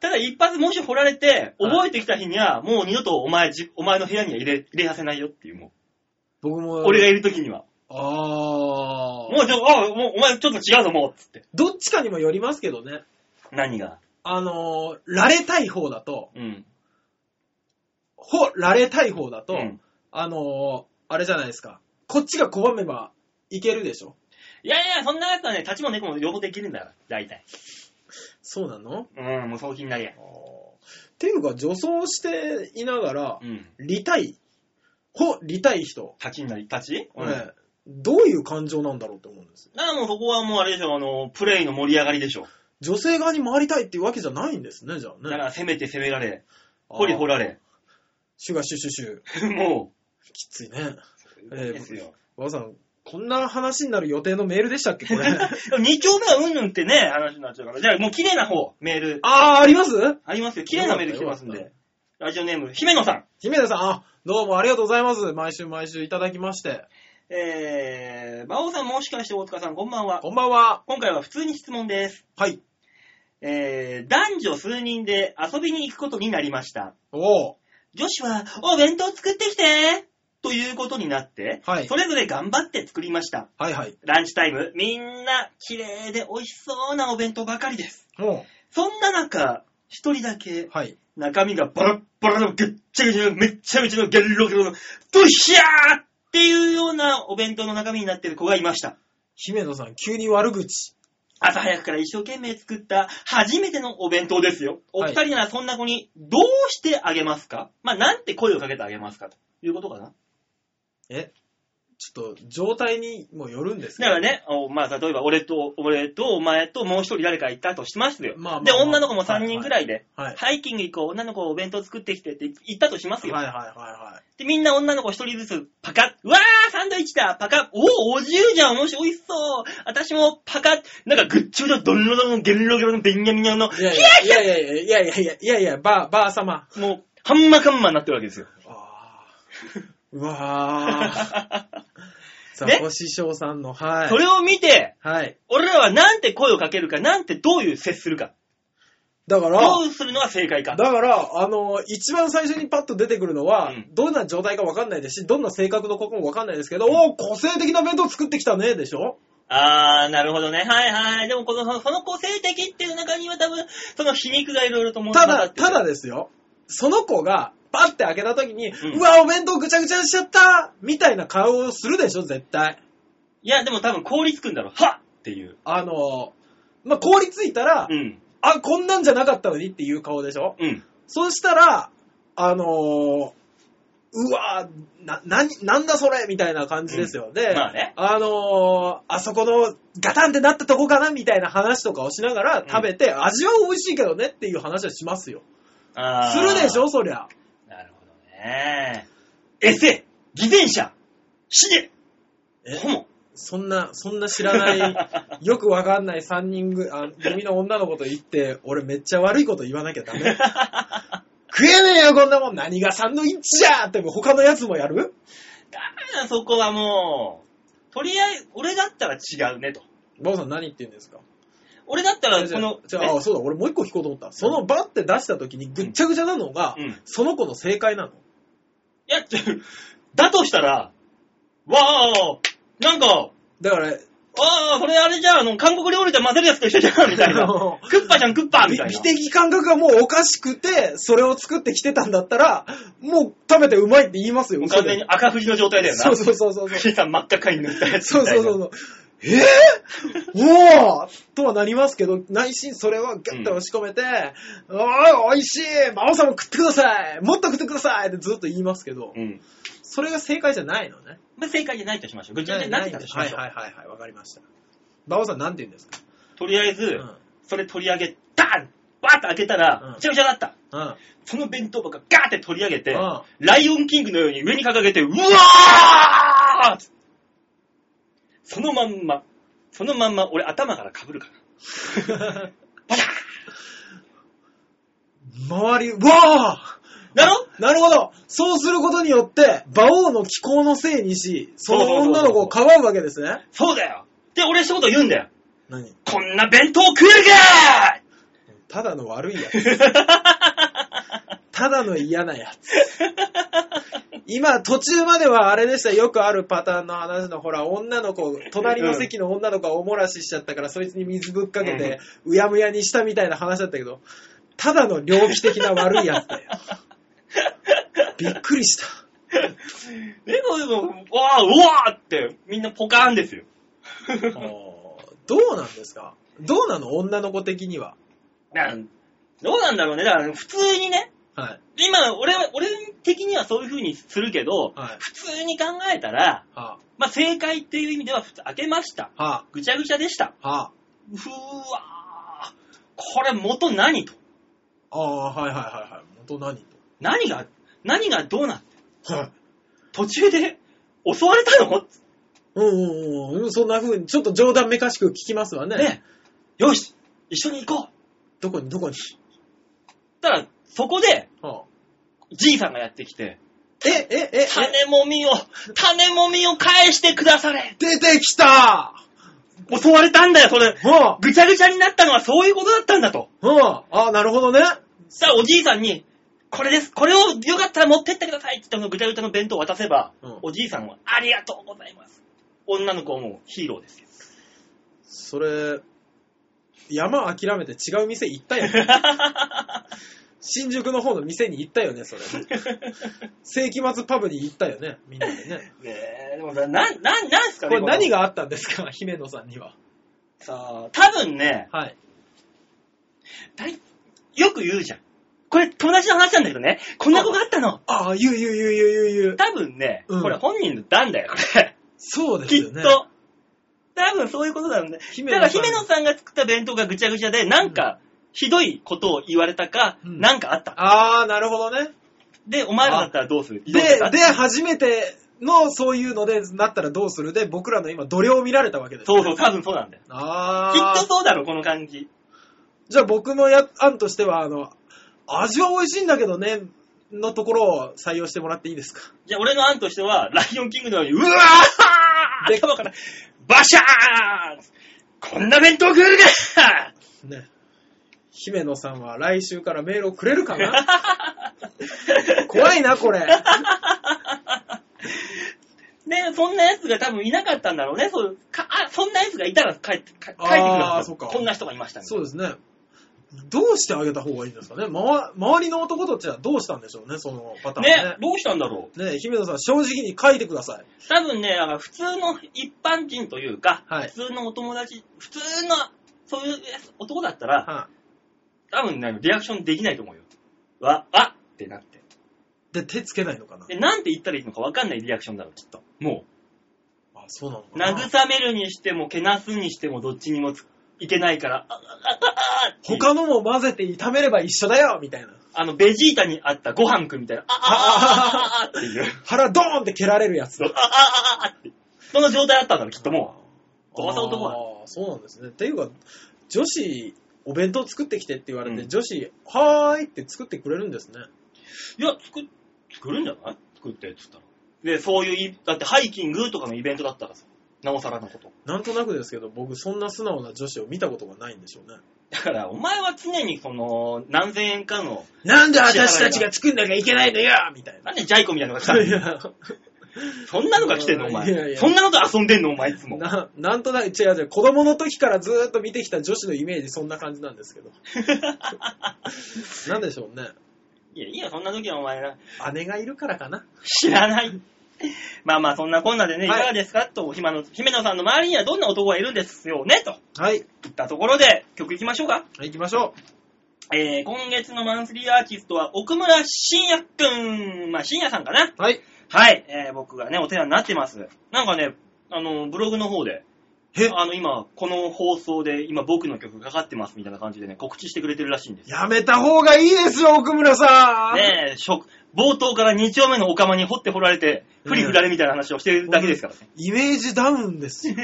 B: ただ一発もし掘られて、覚えてきた日には、もう二度とお前じ、お前の部屋には入れ、入れさせないよっていう、も
C: 僕も
B: う。俺がいる時には。
C: ああ
B: もうちょ、あ、もうお前ちょっと違うぞ、もう。つって。
C: どっちかにもよりますけどね
B: 何が
C: あのーられたい方だと
B: うん。
C: ほられたい方だと、
B: うん
C: あのー、あれじゃないですか。こっちが拒めばいけるでしょ。
B: いやいや、そんなやつはね、立ちも猫も両方できるんだから、大体。
C: そうなの
B: うん、もうそう気になりや。
C: っていうか、女装していながら
B: う、ん。
C: 理体、ほ、理体人、
B: 立ちになり、立ち
C: こ
B: うん。
C: れ
B: だか
C: どういう感情なんだろうって思うんですよ。
B: らもうそこはもうあれでしょ、あの、プレイの盛り上がりでしょ。
C: 女性側に回りたいっていうわけじゃないんですね、じゃあ
B: だ
C: ね。
B: から攻めて攻められ、
C: あー
B: 掘り掘られ。
C: シュガシュシュシュ。
B: も
C: きついね。
B: う。
C: えー
B: ですよ。
C: わざわざこんな話になる予定のメールでしたっけこ れ。あ
B: でも二丁目はうんぬんってね、話になっちゃうから。じゃあもう綺麗な方、メール。
C: あー、あります
B: ありますよ。綺麗なメール来てますん
C: よかっ
B: で。ラジオネーム、姫野さん。
C: 姫田さん、あ、どうもありがとうございます。毎週毎週いただきまして。
B: えー、馬王さんもしかして大塚さん、こんばんは。
C: こんばんは。
B: 今回は普通に質問です。
C: はい。
B: えー、男女数人で遊びに行くことになりました。
C: おー。
B: 女子は、お弁当作ってきてということになって、
C: はい
B: それぞれ頑張って作りました。
C: はいはい。
B: ランチタイム、みんな綺麗で美味しそうなお弁当ばかりです。
C: も
B: そんな中、一人だけ
C: う、はい。
B: 中身がバラッバラのぐっちゃぐちゃのめっちゃめちゃのゲロゲロのドヒャーっていうようなお弁当の中身になってる子がいました。
C: 姫野さん、急に悪口。
B: 朝早くから一生懸命作った初めてのお弁当ですよ。お二人ならそんな子にどうしてあげますか、まあ、なんて声をかけてあげますかということかな。
C: えちょっと、状態にもよるんです
B: だからね、おまあ、例えば俺と、俺とお前ともう一人誰かいたとしますよ。
C: まあまあ
B: で、
C: まあ
B: 女の子も3人ぐらいで、
C: はい。
B: ハイキング行こう、女の子お弁当作ってきてって言ったとします
C: はい
B: よ。
C: はいは
B: で、みんな女の子一人ずつ、パカッ、うわー、サンドイッチだ、パカッ、おお、おじゅうじゃん、面白い美味しそう、私もパカッ、なんかぐっちゅうのどんろどん、ゲロゲロのベンニャミニャの、
C: いはい。いやいやいやいやいやいやいやいや、ばあ、ばあ様。
B: もう、ハンマカンマになってるわけですよ。
C: あーうわぁ。 ザ
B: ね
C: コシショウさんの、はい。
B: それを見て、
C: はい。
B: 俺らはなんて声をかけるか、なんてどういう接するか、
C: だから、
B: どうするのが正解か。
C: だから、あの、一番最初にパッと出てくるのは、
B: うん
C: どんな状態かわかんないですし、どんな性格の子かもわかんないですけど、おー個性的な弁当作ってきたね、でしょ
B: あー、なるほどね。はいはい。でもこの、そのその個性的っていう中には多分、その皮肉がいろいろと思
C: ただ、ただ
B: で。
C: ですよ、その子が、パッて開けた時に、
B: う
C: うんわ、お弁当ぐちゃぐちゃにしちゃったみたいな顔をするでしょ、絶対。
B: いや、でも多分凍りつくんだろう。はっっていう。
C: あの、まあ、凍りついたら、
B: うん。
C: あ、こんなんじゃなかったのにっていう顔でしょ
B: うん。
C: そうしたら、あのーうわーな、なに、なんだそれみたいな感じですよ。で、
B: まあね
C: あのーあそこのガタンってなったとこかなみたいな話とかをしながら食べて、味は美味しいけどねっていう話はしますよ。
B: あー
C: するでしょそりゃ。
B: なるほどね。エセ、偽善者、死ね、
C: え
B: ホ モ。
C: そんな、そんな知ら ない、よくわかんない3人ぐあ組の女の子と言って、俺めっちゃ悪いこと言わなきゃダメ。 食えねえよ、こんなもん。何がサンドイッチじゃって他のやつもやる
B: ダメだ、そこはもう。とりあえず、俺だったら違うねと。
C: バオさん何言ってんですか
B: 俺だったら、この、
C: じゃあ、あそうだ、俺もう一個聞こうと思った。そのバッて出した時にぐっちゃぐちゃなのが、
B: うん
C: その子の正解なの。
B: いや、ちょ だとしたら、わあ、なんか、
C: だから、
B: ああ、それあれじゃんあの、韓国料理で混ぜるやつと一緒じゃん、みたいな。クッパじゃん、クッパみたい
C: 美
B: な。
C: 的感覚がもうおかしくて、それを作ってきてたんだったら、もう食べてうまいって言いますよ、
B: もう完全に赤富士の状態だよな。
C: そうそうそ うそう。
B: 富士山真っ赤っかに塗ったやつ
C: そう
B: みたい
C: そ
B: な。
C: うそうそう。えぇ、おーとはなりますけど、内心それはギュッと押し込めて、おーい、美味しい魔王様食ってくださいもっと食ってくださいってずっと言いますけど、
B: うん。
C: それが正解じゃないのね。
B: まあ、正解じゃないとしましょう。ぐちゃぐちゃになってたとしましょう。
C: はいはいはいはい、わかりました。バオさん、なんて言うんですか
B: とりあえず、
C: うん。
B: それ取り上げ、ダーンバーッと開けたら
C: う、ん
B: ぐちゃぐちゃだった。
C: うん。
B: その弁当箱がガーって取り上げて、
C: うん
B: ライオンキングのように上に掲げて、うわーそのまんま、そのまんま俺頭から被るから。
C: 周り、わあ
B: だろ
C: なるほどそうすることによって、馬王の気候のせいにし、その女の子をかばうわけですね。
B: そうだよで、俺一言言うんだよ。
C: 何
B: こんな弁当食え
C: ただの悪いやつ。
B: るか
C: ただの嫌なやつ。今、途中まではあれでした。よくあるパターンの話の、ほら、女の子、隣の席の女の子がおもらししちゃったから、そいつに水ぶっかけて、うやむやにしたみたいな話だったけど、ただの猟奇的な悪いやつ だよ。びっくりした。
B: でも、でも、わー、うわーって、みんなポカーンですよ。
C: どうなんですかどうなの女の子的には。
B: なんどうなんだろうね。だから、普通にね、
C: はい。
B: 今、俺は、俺的にはそういう風にするけど、
C: はい。
B: 普通に考えたら、
C: は
B: まあ、正解っていう意味では、普通開けました。
C: あ、は
B: ぐちゃぐちゃでした。
C: あ、は
B: ふーわー。これ元何と
C: あ。ああ、はいはいはいはい。元何と。
B: 何が、何がどうなって
C: はい。
B: 途中で襲われたの
C: うんうんうんうん。そんな風に、ちょっと冗談めかしく聞きますわね。
B: ね。よし、一緒に行こう。
C: どこにどこに。
B: たら、そこで、
C: はあ、
B: じいさんがやってきて、
C: え、え、え、え、
B: 種もみを、種もみを返してくだされ
C: 出てきたは
B: 襲われたんだよ、それ。
C: あ、
B: ぐちゃぐちゃになったのはそういうことだったんだと。
C: はあ、あなるほどね。
B: さあ、おじいさんに、これです。これをよかったら持ってってくださいって言って、あのぐちゃぐちゃの弁当を渡せば、
C: うん
B: おじいさんは、ありがとうございます。女の子はもうヒーロー ですよ。
C: それ、山諦めて違う店行ったよ ね。新宿の方の店に行ったよね、それ。世紀末パブに行ったよね、みんなでね。
B: ねえ、でもさ、なん、なん、なんすか
C: こ
B: ね
C: れ何
B: が
C: があったんですか、姫野さんには。さあ、
B: 多分ね、
C: はい。
B: だいよく言うじゃん。これ、友達の話なんだけどね、こんな子があったの。
C: ああ、言う言う言う言う言う言う。
B: 多分ね、
C: うん
B: これ本人の段だよ、これ。
C: そうです
B: きっ
C: よね。
B: と。多分そういうことなんで。
C: 姫
B: だから姫野さんが作った弁当がぐちゃぐちゃで、なんか、ひどいことを言われたか、
C: うん
B: なんかあった。
C: ああ、なるほどね。
B: で、お前らだったらどうする
C: で、で、初めてのそういうので、なったらどうするで、僕らの今、度量を見られたわけです、
B: そうそう、多分そうなんだよ。き
C: ああ。
B: っとそうだろ、この感じ。
C: じゃあ僕のや案としては、あの、味は美味しいんだけどね、のところを採用してもらっていいですか。
B: じゃあ、俺の案としては、ライオンキングのように、うわー
C: で
B: 頭から、バシャーンこんな弁当食える か
C: ね。姫野さんは来週からメールをくれるか な怖いな、これ。
B: で、そんな奴が多分いなかったんだろうね。そうかあそんな奴がいたら帰って、か帰ってくる
C: あ
B: は
C: ー
B: ず
C: そっか
B: こんな人がいましたね。
C: そうですね。どうしてあげた方がいいんですかね、まわ周りの男たちはどうしたんでしょうね、そのパターンは
B: ね
C: ね。、
B: どうしたんだろう。
C: ね姫野さん、正直に書いてください。
B: 多分ね、あの普通の一般人というか、
C: はい
B: 普通のお友達、普通の、そういう男だったら、
C: は
B: 多分ね、リアクションできないと思うよ。わ、あってなって。
C: い、で、手つけないのかな。
B: で、なんて言ったらいいのか分かんないリアクションだろう、きっと。も
C: あ、そうなの
B: う、
C: かな。
B: 慰めるにしても、けなすにしても、どっちにもついけないから、あ、あ、あ、あ、あ、っていう
C: 他のも混ぜて炒めれば一緒だよみたいな。
B: あの、ベジータにあったご飯くんみたいな、あ、あ、あ、あ、あ、あ、っていう。
C: 腹ドーンって蹴られるや つ
B: あ、。あ、あ、あ、って。その状態だったんだろう、きっともう。どうせ男は。
C: ああ、そうなんですね。っていうか、女子、お弁当作ってきてって言われて、
B: うん
C: 女子、はーいって作ってくれるんですね。
B: いや、作っ、作るんじゃない作って、つったら。で、そういうい、だってハイキングとかのイベントだったらさ、なおさらのこと。
C: なんとなくですけど、僕、そんな素直な女子を見たことがないんでしょうね。
B: だから、お前は常にその、何千円かの、
C: なんで私たちが作んなきゃいけないのよみたいな。
B: なんでジャイコみたいなのが来たの
C: いや
B: そんなのが来てんのお
C: いやい
B: 前。
C: や
B: そんなのと遊んでんのお前いつも。
C: ななんとなく、違う違う、子供の時からずーっと見てきた女子のイメージ、そんな感じなんですけど。なんでしょうね。
B: いや、いいよ、そんな時はお前な。
C: 姉がいるからかな。
B: 知らない。まあまあ、そんなこんなでね、い
C: はい
B: かがですか、と、姫野、姫野さんの周りにはどんな男がいるんですよねと
C: はい、
B: いったところで、曲いきましょうか。
C: 行きましょ
B: えー、今月のマンスリーアーティストは、奥村信也くん。まあ、信也さんかな。
C: う。はい。
B: はい、えー僕がね、お世話になってます。なんかね、あの、ブログの方で、
C: え、
B: あの、今、この放送で、今僕の曲かかってますみたいな感じでね、告知してくれてるらしいんですよ。
C: やめた方がいいですよ、奥村さん。
B: ねえ、しょ冒頭から2丁目のお釜に掘って掘られて、
C: うん
B: 振り振られみたいな話をしてるだけですからね。
C: イメージダウンですよ。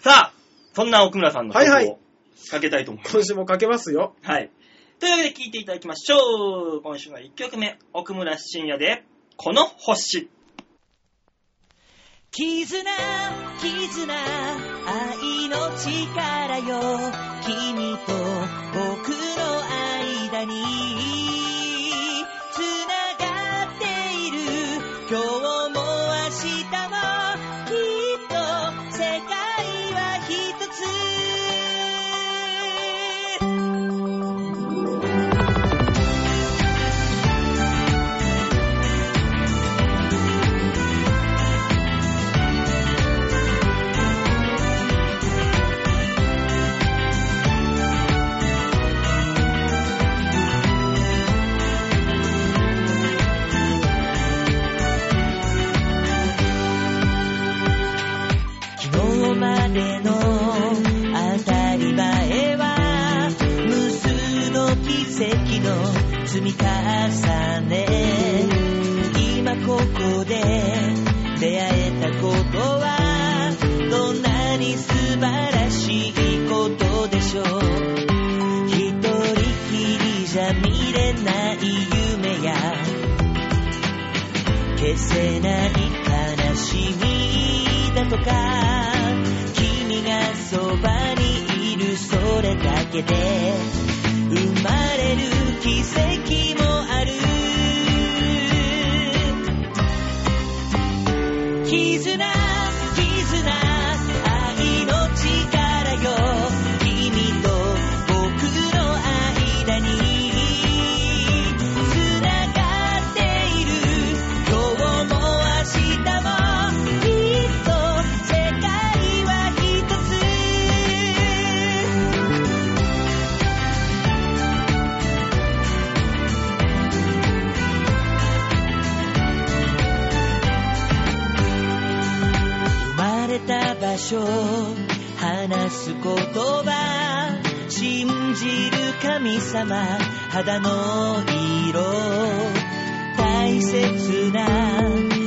B: さあ、そんな奥村さんの曲
C: はいは
B: をかけたいと思います。
C: 今週もかけますよ。
B: はい。というわけで聴いていただきましょう。今週の1曲目、奥村深也で、この星。
A: 絆、絆、愛の力よ。君と僕の間に、つながっている。今日も明日も、きっと世界は一つ。昨日までの当たり前は無数の奇跡の積み重ね今ここで出会えたことはどんなに素晴らしいことでしょう一人きりじゃ見れない夢や消せない悲しみだとか君がそばにいるそれだけで生まれる奇跡もある絆絆愛の力よ君と僕の間につながっている今日も明日もきっと世界は一つった場所話す言葉信じる神様肌の色大切な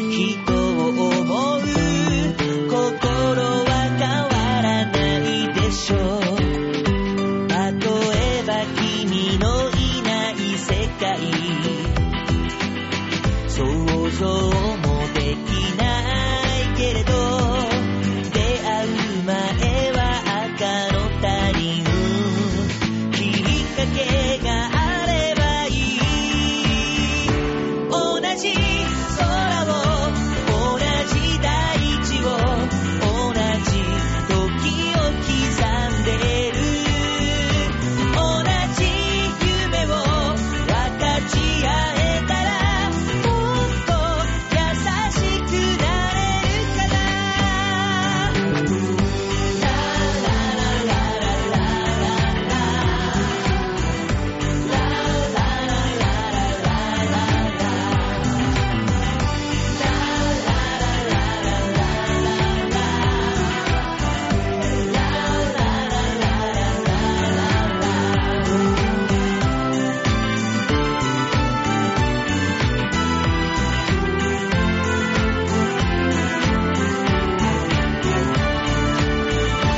A: 人を思う心は変わらないでしょう例えば君のいない世界想像もできないけれど出会う前は赤の他人きっかけがあればいい同じ空を同じ大地を同じ時を刻んでる同じ夢を分かち合えたらもっと優しくなれるかな絆、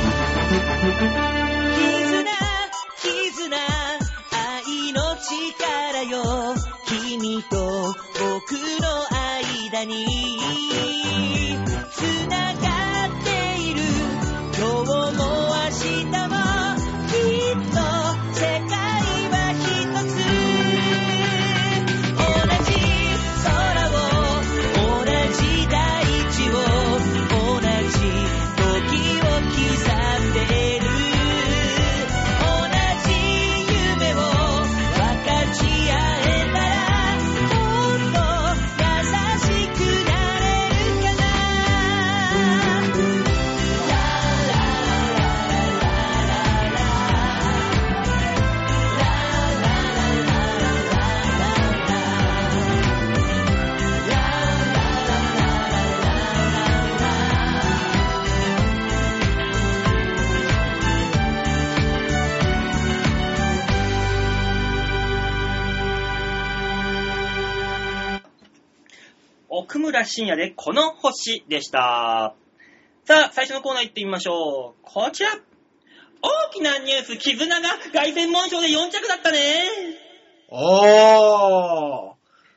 A: 絆、愛の力よ。君と僕の間に、繋がっている。今日も明日も、きっと世界は一つ。同じ空を、同じ大地を、同じ時を刻んでる。同じ夢を分かち合えたらもっと優しくなれるかな
B: 奥村深也でこの星でした。さあ、最初のコーナー行ってみましょう。こちら大きなニュース、絆が凱旋門賞で4着だったね。
C: あー。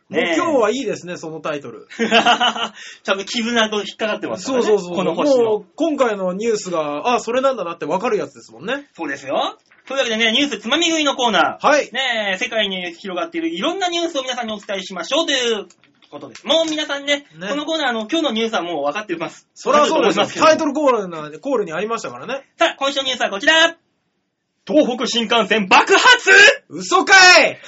C: もう
B: ねえ
C: 今日はいいですね、そのタイトル。
B: ちゃんと絆と引っかかってますから
C: そう
B: ね。
C: そうそう。
B: この星
C: も
B: の。
C: う今回のニュースが、あ、それなんだなってわかるやつですもんね。
B: そうですよ。というわけでね、ニュースつまみ食いのコーナー。
C: はい。
B: ねえ、世界に広がっているいろんなニュースを皆さんにお伝えしましょうということです。もう皆さんね、
C: ね
B: このコーナーの今日のニュースはもう分かってます。
C: そりゃそうです
B: 分かってると思いま
C: よ
B: すけど
C: タイトルコールなコールにありましたからね。
B: さあ、今週のニュースはこちら東北新幹線爆発
C: 嘘かい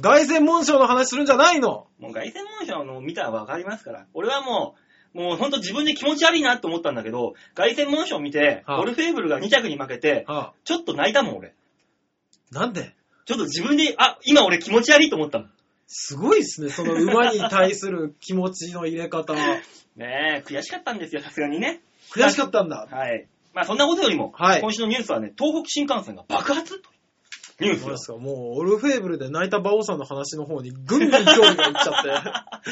C: 凱旋門賞の話するんじゃないの
B: もう凱旋門賞の見たら分かりますから。俺はもう、もうほんと自分で気持ち悪いなと思ったんだけど、凱旋門賞を見て、
C: はあ
B: オルフェーブルが2着に負けて、
C: あ
B: ちょっと泣いたもん俺。
C: なんで
B: ちょっと自分で、あ、今俺気持ち悪いと思ったもん。
C: すごいっすね、その馬に対する気持ちの入れ方。
B: ねえ、悔しかったんですよ、さすがにね。
C: 悔しかった んだ。
B: はい。まあそんなことよりも、
C: はい
B: 今週のニュースはね、東北新幹線が爆発というニュー
C: そうです
B: ス
C: か、もう、オルフェーブルで泣いた馬王さんの話の方にぐんぐん興味がいっちゃっ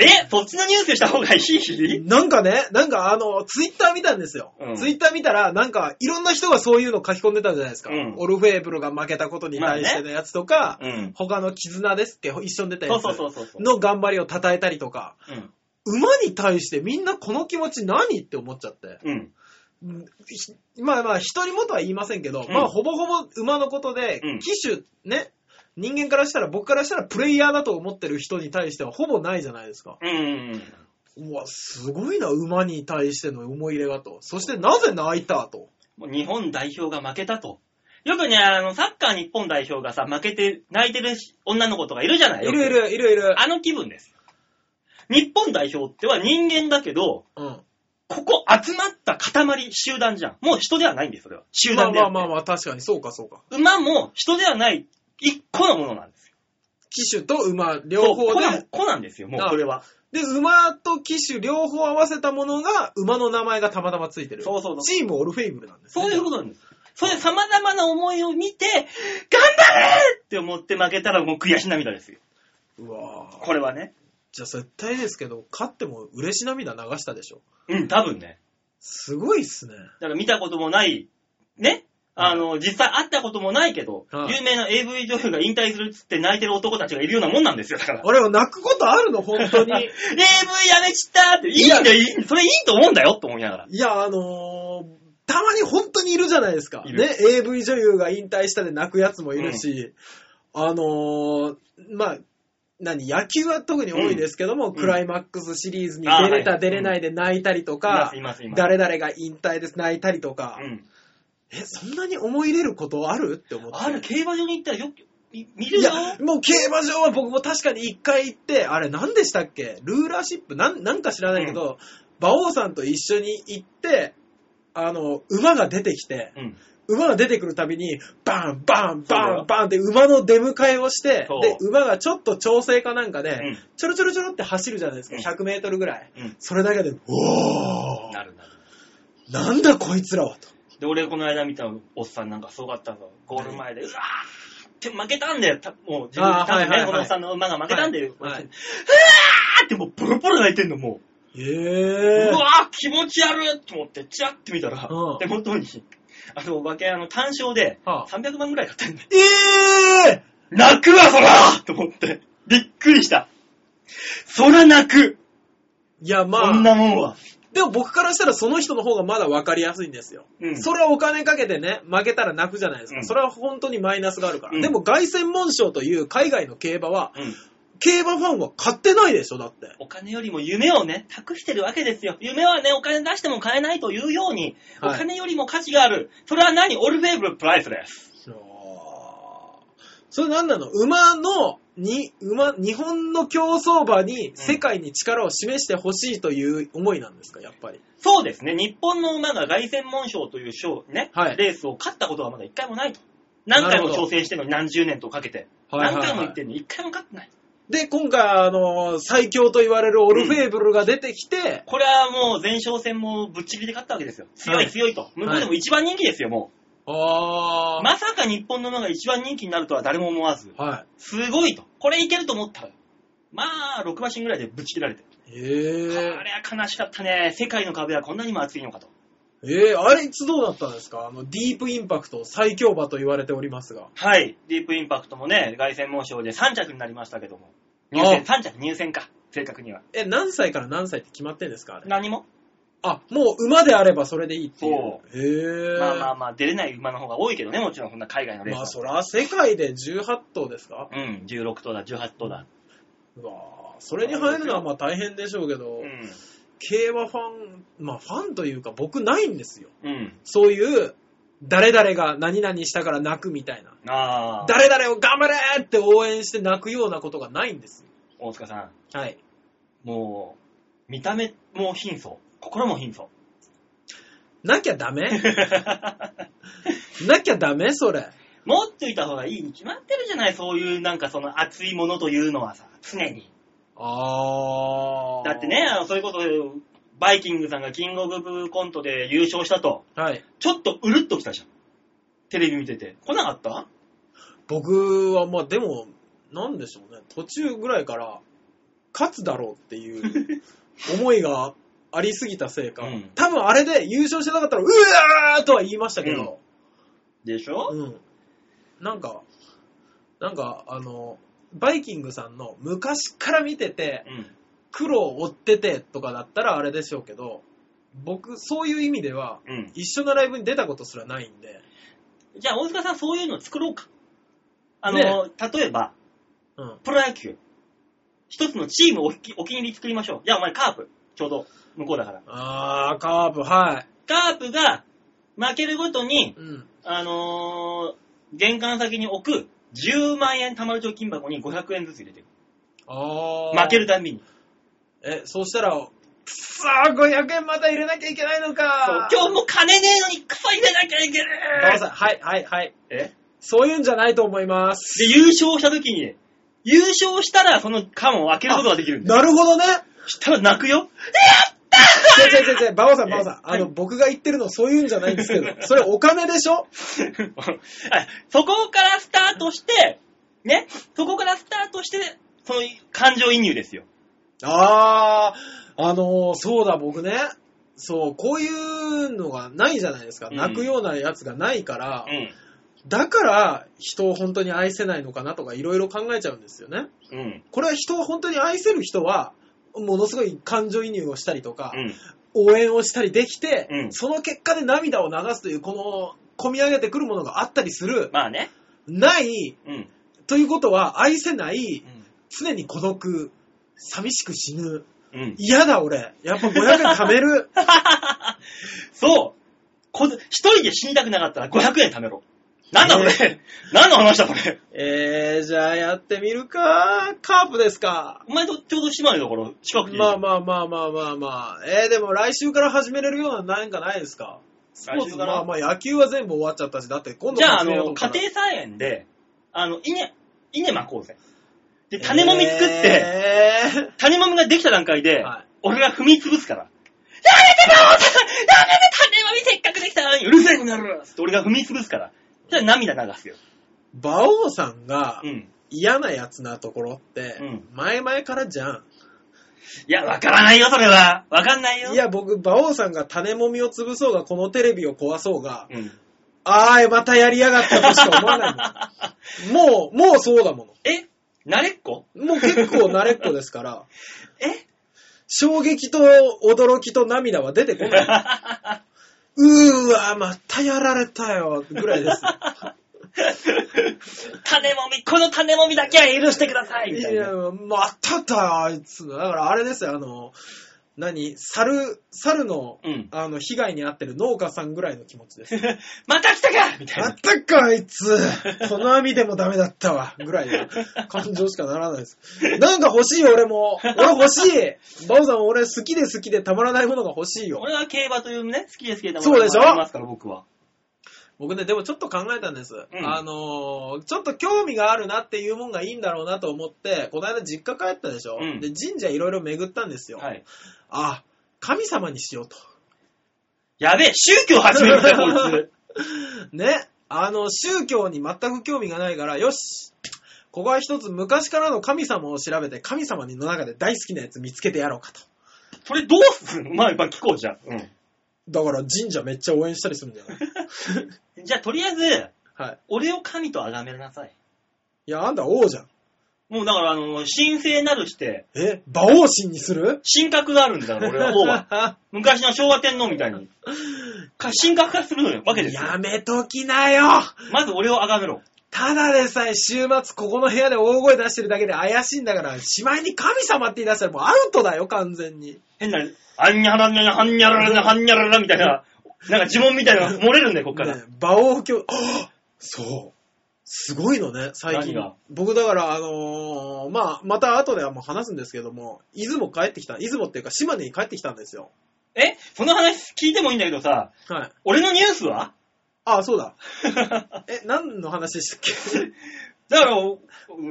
B: え、そっちのニュースした方がい
C: て。
B: い
C: なんかね、なんかあの、ツイッター見たんですよ。
B: うん
C: ツイッター見たら、なんか、いろんな人がそういうの書き込んでたじゃないですか。
B: うん
C: オルフェーブルが負けたことに対してのやつとか、
B: うん。
C: 他の絆ですって一緒に出た
B: そ
C: や
B: う
C: つ
B: そうそうそうそう。
C: の頑張りを称えたりとか、
B: うん。
C: 馬に対してみんなこの気持ち何って思っちゃって。
B: うん。
C: うんひまあまあ、一人もとは言いませんけど、
B: うん
C: まあ、ほぼほぼ馬のことで、
B: うん
C: 騎手、ね、人間からしたら、僕からしたらプレイヤーだと思ってる人に対してはほぼないじゃないですか。
B: うん。
C: うわ、すごいな、馬に対しての思い入れがと。そして、なぜ泣いたと。
B: もう日本代表が負けたと。よくね、あの、サッカー日本代表がさ、負けて泣いてる女の子とかいるじゃない
C: い
B: よく
C: るいる、いるいる。
B: あの気分です。日本代表っては人間だけど、
C: うん。
B: ここ集まった塊、集団じゃん。もう人ではないんです、それは。集
C: まあ
B: 団で
C: ま
B: やっ
C: あ
B: て
C: まあまあ、確かに、そうかそうか。
B: 馬も人ではない一個のものなんですよ。
C: 騎手と馬、両
B: そ
C: 方
B: う子な
C: で
B: ん、子なんですよ、もう
C: あ
B: これは。
C: で、馬と騎手両方合わせたものが、馬の名前がたまたまついてる。
B: そうそうそう
C: チームオルフェイブルなんです、
B: そういうことなんです。そういう様々な思いを見て、頑張れって思って負けたらもう悔し涙ですよ。
C: うわぁ。
B: これはね。
C: じゃあ絶対ですけど、勝っても嬉し涙流したでしょ。
B: うん、多分ね。
C: すごいっすね。
B: だから見たこともない、ね。あの、実際会ったこともないけど、
C: はい
B: 有名な AV 女優が引退するっつって泣いてる男たちがいるようなもんなんですよ、だから。
C: あれ、泣くことあるの本 当に。
B: AV やめちったって、いいんだよ、いいそれいいと思うんだよって思いながら。
C: いや、あのーたまに本当にいるじゃないですか。
B: い
C: ね
B: る、
C: AV 女優が引退したで泣くやつもいるし、あのーまあ、何野球は特に多いですけども、
B: ん
C: クライマックスシリーズに
B: あー
C: 出れ
B: は
C: た
B: い
C: 出れないで泣いたりとか、
B: います、います、います。
C: 誰々が引退です泣いたりとか、
B: うん。
C: え、そんなに思い入れることあるって思って。
B: ある、競馬場に行ったらよく、み見る
C: い
B: よ。
C: や、もう競馬場は僕も確かに一回行って、あれ何でしたっけルーラーシップなん、なんか知らないけど、馬王さんと一緒に行って、あの、馬が出てきて、
B: うん。
C: 馬が出てくるたびに、バン、バン、
B: そうだよ
C: バン、バンって馬の出迎えをして
B: そう、
C: で、馬がちょっと調整かなんかで、
B: うん
C: ちょろちょろちょろって走るじゃないですか、
B: うん
C: 100メートルぐらい。
B: うん。
C: それだけで、おー
B: なるなる。
C: なんだこいつらはと。
B: で、俺この間見たおっさんなんかすごかったぞ。ゴール前で、うわーって負けたんだよ。たもう自分
C: あ
B: 多
C: ー
B: 分
C: はいはいは
B: ね、
C: い
B: このおっさんの馬が負けたんだよ。
C: はいはいう
B: わーってもうボロボロ泣いてんの、も
C: え
B: う。う
C: ー。
B: わー気持ち悪いと思って、チラッて見たら
C: うん、
B: 手元に、あの、お化け、あの、単勝で、
C: はあ
B: 300万ぐらい買ったんだよ。
C: えー
B: 泣くわ、そらと思って。びっくりした。そら泣く。
C: いや、まあ。
B: こんなもんは。
C: でも僕からしたらその人の方がまだ分かりやすいんですよ。
B: うん
C: それはお金かけてね、負けたら泣くじゃないですか。
B: うん
C: それは本当にマイナスがあるから。
B: うん
C: でも凱旋門賞という海外の競馬は、
B: うん。
C: 競馬ファンは買ってないでしょ、だって。
B: お金よりも夢をね、託してるわけですよ。夢はね、お金出しても買えないというように、
C: はい
B: お金よりも価値がある。それは何オルフェーブルプライスです。
C: それなんなの馬の、に、馬、日本の競走馬に世界に力を示してほしいという思いなんですか、やっぱり。
B: そうですね、日本の馬が凱旋門賞という賞、ね、
C: はい
B: レースを勝ったことはまだ一回もないと。何回も挑戦してるのに何十年とかけて。何回も言ってるのに一回も勝ってない。
C: で、今回、あの、最強と言われるオルフェーブルが出てきて、
B: これはもう前哨戦もぶっちぎりで勝ったわけですよ。強
C: はいい
B: 強いと。向こうでも一番人気ですよ、も
C: あ
B: う。
C: ー
B: まさか日本の馬が一番人気になるとは誰も思わず。
C: はい。
B: すごいと。これいけると思ったら。まあ、6馬身ぐらいでぶち切られて。
C: え
B: こ
C: ー
B: れは悲しかったね。世界の壁はこんなにも厚いのかと。
C: えー、あいつどうだったんですかあの、ディープインパクト最強馬と言われておりますが。
B: はい。ディープインパクトもね、凱旋門賞で3着になりましたけども。入選、3着入選か。正確には。
C: え、何歳から何歳って決まってんですかあれ。
B: 何も、
C: あ、もう馬であればそれでいいっていう
B: そ。
C: へえー。
B: まあまあまあ、出れない馬の方が多いけどね、もちろんこんな海外のレース
C: ま
B: は
C: あそら、世界で18頭ですか
B: うん、16頭だ、18頭だ。
C: うわーそれに入るのはまあ大変でしょうけど、
B: うん。
C: 競馬ファン、まあファンというか僕ないんですよ。
B: うん。
C: そういう、誰々が何々したから泣くみたいな。
B: ああ。
C: 誰々を頑張れーって応援して泣くようなことがないんです
B: 大塚さん、
C: よ。はい。
B: もう、見た目も貧相。心も 貧相。
C: なきゃダメ なきゃダメそれ。
B: 持っといた方がいいに決まってるじゃない、そういうなんかその熱いものというのはさ、常に。
C: あー。
B: だってね、。あのそれこそ、バイキングさんがキングオブコントで優勝したと、
C: はい。
B: ちょっとうるっときたじゃん。テレビ見てて。来なかった
C: 僕は、まあでも、なんでしょうね。途中ぐらいから、勝つだろうっていう 思いがありすぎたせいか、
B: うん
C: 多分あれで優勝してなかったら、うわーとは言いましたけど、
B: でしょ、
C: うん。なんか、なんか、あの、バイキングさんの昔から見てて、
B: うん、
C: 苦労を追っててとかだったらあれでしょうけど、僕、そういう意味では、
B: うん。
C: 一緒のライブに出たことすらないんで、
B: じゃあ、大塚さん、そういうの作ろうか。あの、例えば、
C: うん。
B: プロ野球。一つのチームをおきお気に入り作りましょう。じゃあ、お前カープ。ちょうど、向こうだから。
C: あー、カープ、はい。
B: カープが、負けるごとに、
C: うん。
B: あのー玄関先に置く、10万円貯まる貯金箱に500円ずつ入れてる。
C: あー。
B: 負ける。たんびに。
C: え、そうしたら、くそー、500円また入れなきゃいけないの
B: そう
C: か
B: 今日も金ねえのにクソ入れなきゃいけね
C: 馬王
B: え
C: さんはい、はい、はい。
B: え
C: そういうんじゃないと思います。
B: で、優勝した時に、優勝したら、その缶を開けることができるんだよ。
C: なる ほどね。
B: したら泣く よ
C: 違う違う違う、馬王さん、馬王さん。
B: は
C: あ
B: い
C: の、僕が言ってるのそういうんじゃないんです けど、それお金でし
B: あ
C: ょ
B: そこからスタートして、ね、そこからスタートして、その感情移入ですよ。
C: あー、あのーそうだ、僕ね。そう、こういうのがないじゃないですか。
B: うん
C: 泣くようなやつがないから、
B: うん。
C: だから人を本当に愛せないのかなとかいろいろ考えちゃうんですよね。
B: うん。
C: これは人を本当に愛せる人は、ものすごい感情移入をしたりとか、
B: うん。
C: 応援をしたりできて、
B: うん
C: その結果で涙を流すという、この、込み上げてくるものがあったりする、
B: まあね。
C: ない、
B: うん。
C: ということは、愛せない、常に孤独、寂しく死ぬ、
B: うん。
C: 嫌だ俺、やっぱ500円貯める、
B: そうこ一人で死にたくなかったら500円貯めろ。なんだそれ、何の話だそれ
C: えー、じゃあやってみるか、カープですか。
B: お前とちょうど島根だから近くていいじ
C: ま
B: ゃ
C: あ
B: ん。
C: まあまあまあまあまあ、えー、でも来週から始めれるような何かないですかスポー
B: 来
C: ツ、
B: 週か
C: ま
B: ら
C: あまあ野球は全部終わっちゃったし、だって今度
B: じゃあ、あ
C: 撮影だと
B: の、
C: 思った
B: 家
C: ら
B: 庭菜園で、あの、稲、稲まこうぜ。で、種もみ作って、
C: えー
B: 種もみができた段階で、
C: はい
B: 俺が踏み潰すから。やめてばおさんやめて種もみせっかくできたのにうるせえこの野郎つって俺が踏み潰すから。じゃあ涙流すよ。
C: 馬王さんが
B: うん。
C: 嫌なやつなところって
B: うん、
C: 前々からじゃん。
B: いや、わからないよ、それは。わかんないよ。
C: いや、僕、馬王さんが種もみを潰そうが、このテレビを壊そうが、
B: うん。
C: あーい、またやりやがったとしか思わな いもん。もう、もうそうだも
B: え慣れっこ
C: の。もう結構慣れっこですから、
B: え
C: 衝撃と驚きと涙は出て こない。うーわ、またやられたよ、ぐらいです。
B: 種もみ、この種もみだけは許してくだ さいみ
C: い
B: たいな。
C: や、まただよ、あいつ。だからあれですよ、あの、何猿、猿の、
B: うん
C: あの、被害に遭ってる農家さんぐらいの気持ちです。
B: また来たかみたい
C: ま
B: な。
C: たか、あいつ。 この網でもダメだったわ。ぐらいの感情しかならないです。なんか欲しい、俺も。俺欲しい。バオさん、俺好きで好きでたまらないものが欲しいよ。
B: 俺は競馬というね、好きですけども。
C: そうでしょ
B: ありますから、僕は。
C: 僕ね、でもちょっと考えたんです。
B: ん
C: あのーちょっと興味があるなっていうもんがいいんだろうなと思って、この間実家帰ったでしょ、
B: うん
C: で、神社いろいろ巡ったんですよ。
B: はい。
C: あ、神様にしようと。
B: やべえ、宗教始めるん だよ、こいつ。
C: ね。あの、宗教に全く興味がないから、よし。ここは一つ昔からの神様を調べて、神様の中で大好きなやつ見つけてやろうかと。
B: それどうすんのまあ、やっぱ聞こうじゃん。う
C: だから神社めっちゃ応援したりするんじゃない
B: ん。じゃあ、とりあえず、
C: はい。
B: 俺を神と崇めなさい。
C: いや、あんた王じゃん。
B: もうだから、あの、神聖なるして、
C: え馬王神にする
B: 神格があるんだから、俺 は王 は。昔の昭和天皇みたいに。か神格化するのよ、わけですよ。
C: やめときなよ
B: まず俺を崇めろ。
C: ただでさえ週末ここの部屋で大声出してるだけで怪しいんだから、しまいに神様って言い出したらもうアウトだよ、完全に。
B: 変な、あんにゃらにゃ、はんにゃらら、はんにゃららみたいな、なんか呪文みたいなのが漏れるんだよ、こっから。
C: ね、馬王教、あそう。すごいのね、最
B: 何
C: 近
B: が。
C: 僕だから、あのーまあ、また後ではもう話すんですけども、出雲帰ってきた、出雲っていうか島根に帰ってきたんですよ。
B: えその話聞いてもいいんだけどさ、
C: はい。
B: 俺のニュースは
C: ああ、そうだ。
B: だか
C: え、何の話でしたっけ
B: ら、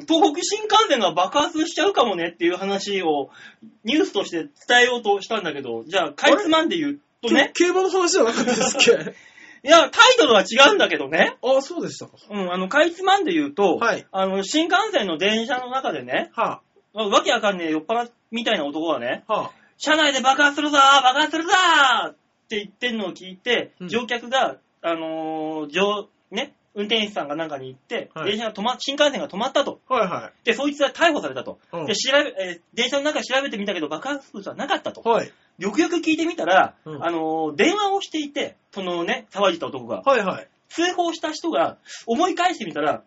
B: 東北新幹線が爆発しちゃうかもねっていう話をニュースとして伝えようとしたんだけど、じゃあ、かいつまんで言う とね、
C: 競馬の話じゃなかったですっけ
B: いや、タイトルは違うんだけどね、
C: ああ、そうでしたか。
B: うん、あの、かいつまんで言うと、
C: はい
B: あの、新幹線の電車の中でね、
C: は
B: わけわかんねえ酔っ払みたいな男がね、
C: あ、はあ。
B: 車内で爆発するぞー爆発するぞーって言ってんのを聞いて、
C: うん
B: 乗客が、あのー乗、ね、運転手さんがなんかに行って、
C: はい
B: 電車が止ま、新幹線が止まったと。
C: はいは
B: で、そいつが逮捕されたと。
C: うん
B: で、調べ、えー電車の中調べてみたけど爆発物はなかったと
C: い。。はい。
B: よくよく聞いてみたら、
C: うん
B: あのー電話をしていて、そのね、騒いでた男が、
C: はいはい。
B: 通報した人が思い返してみたら、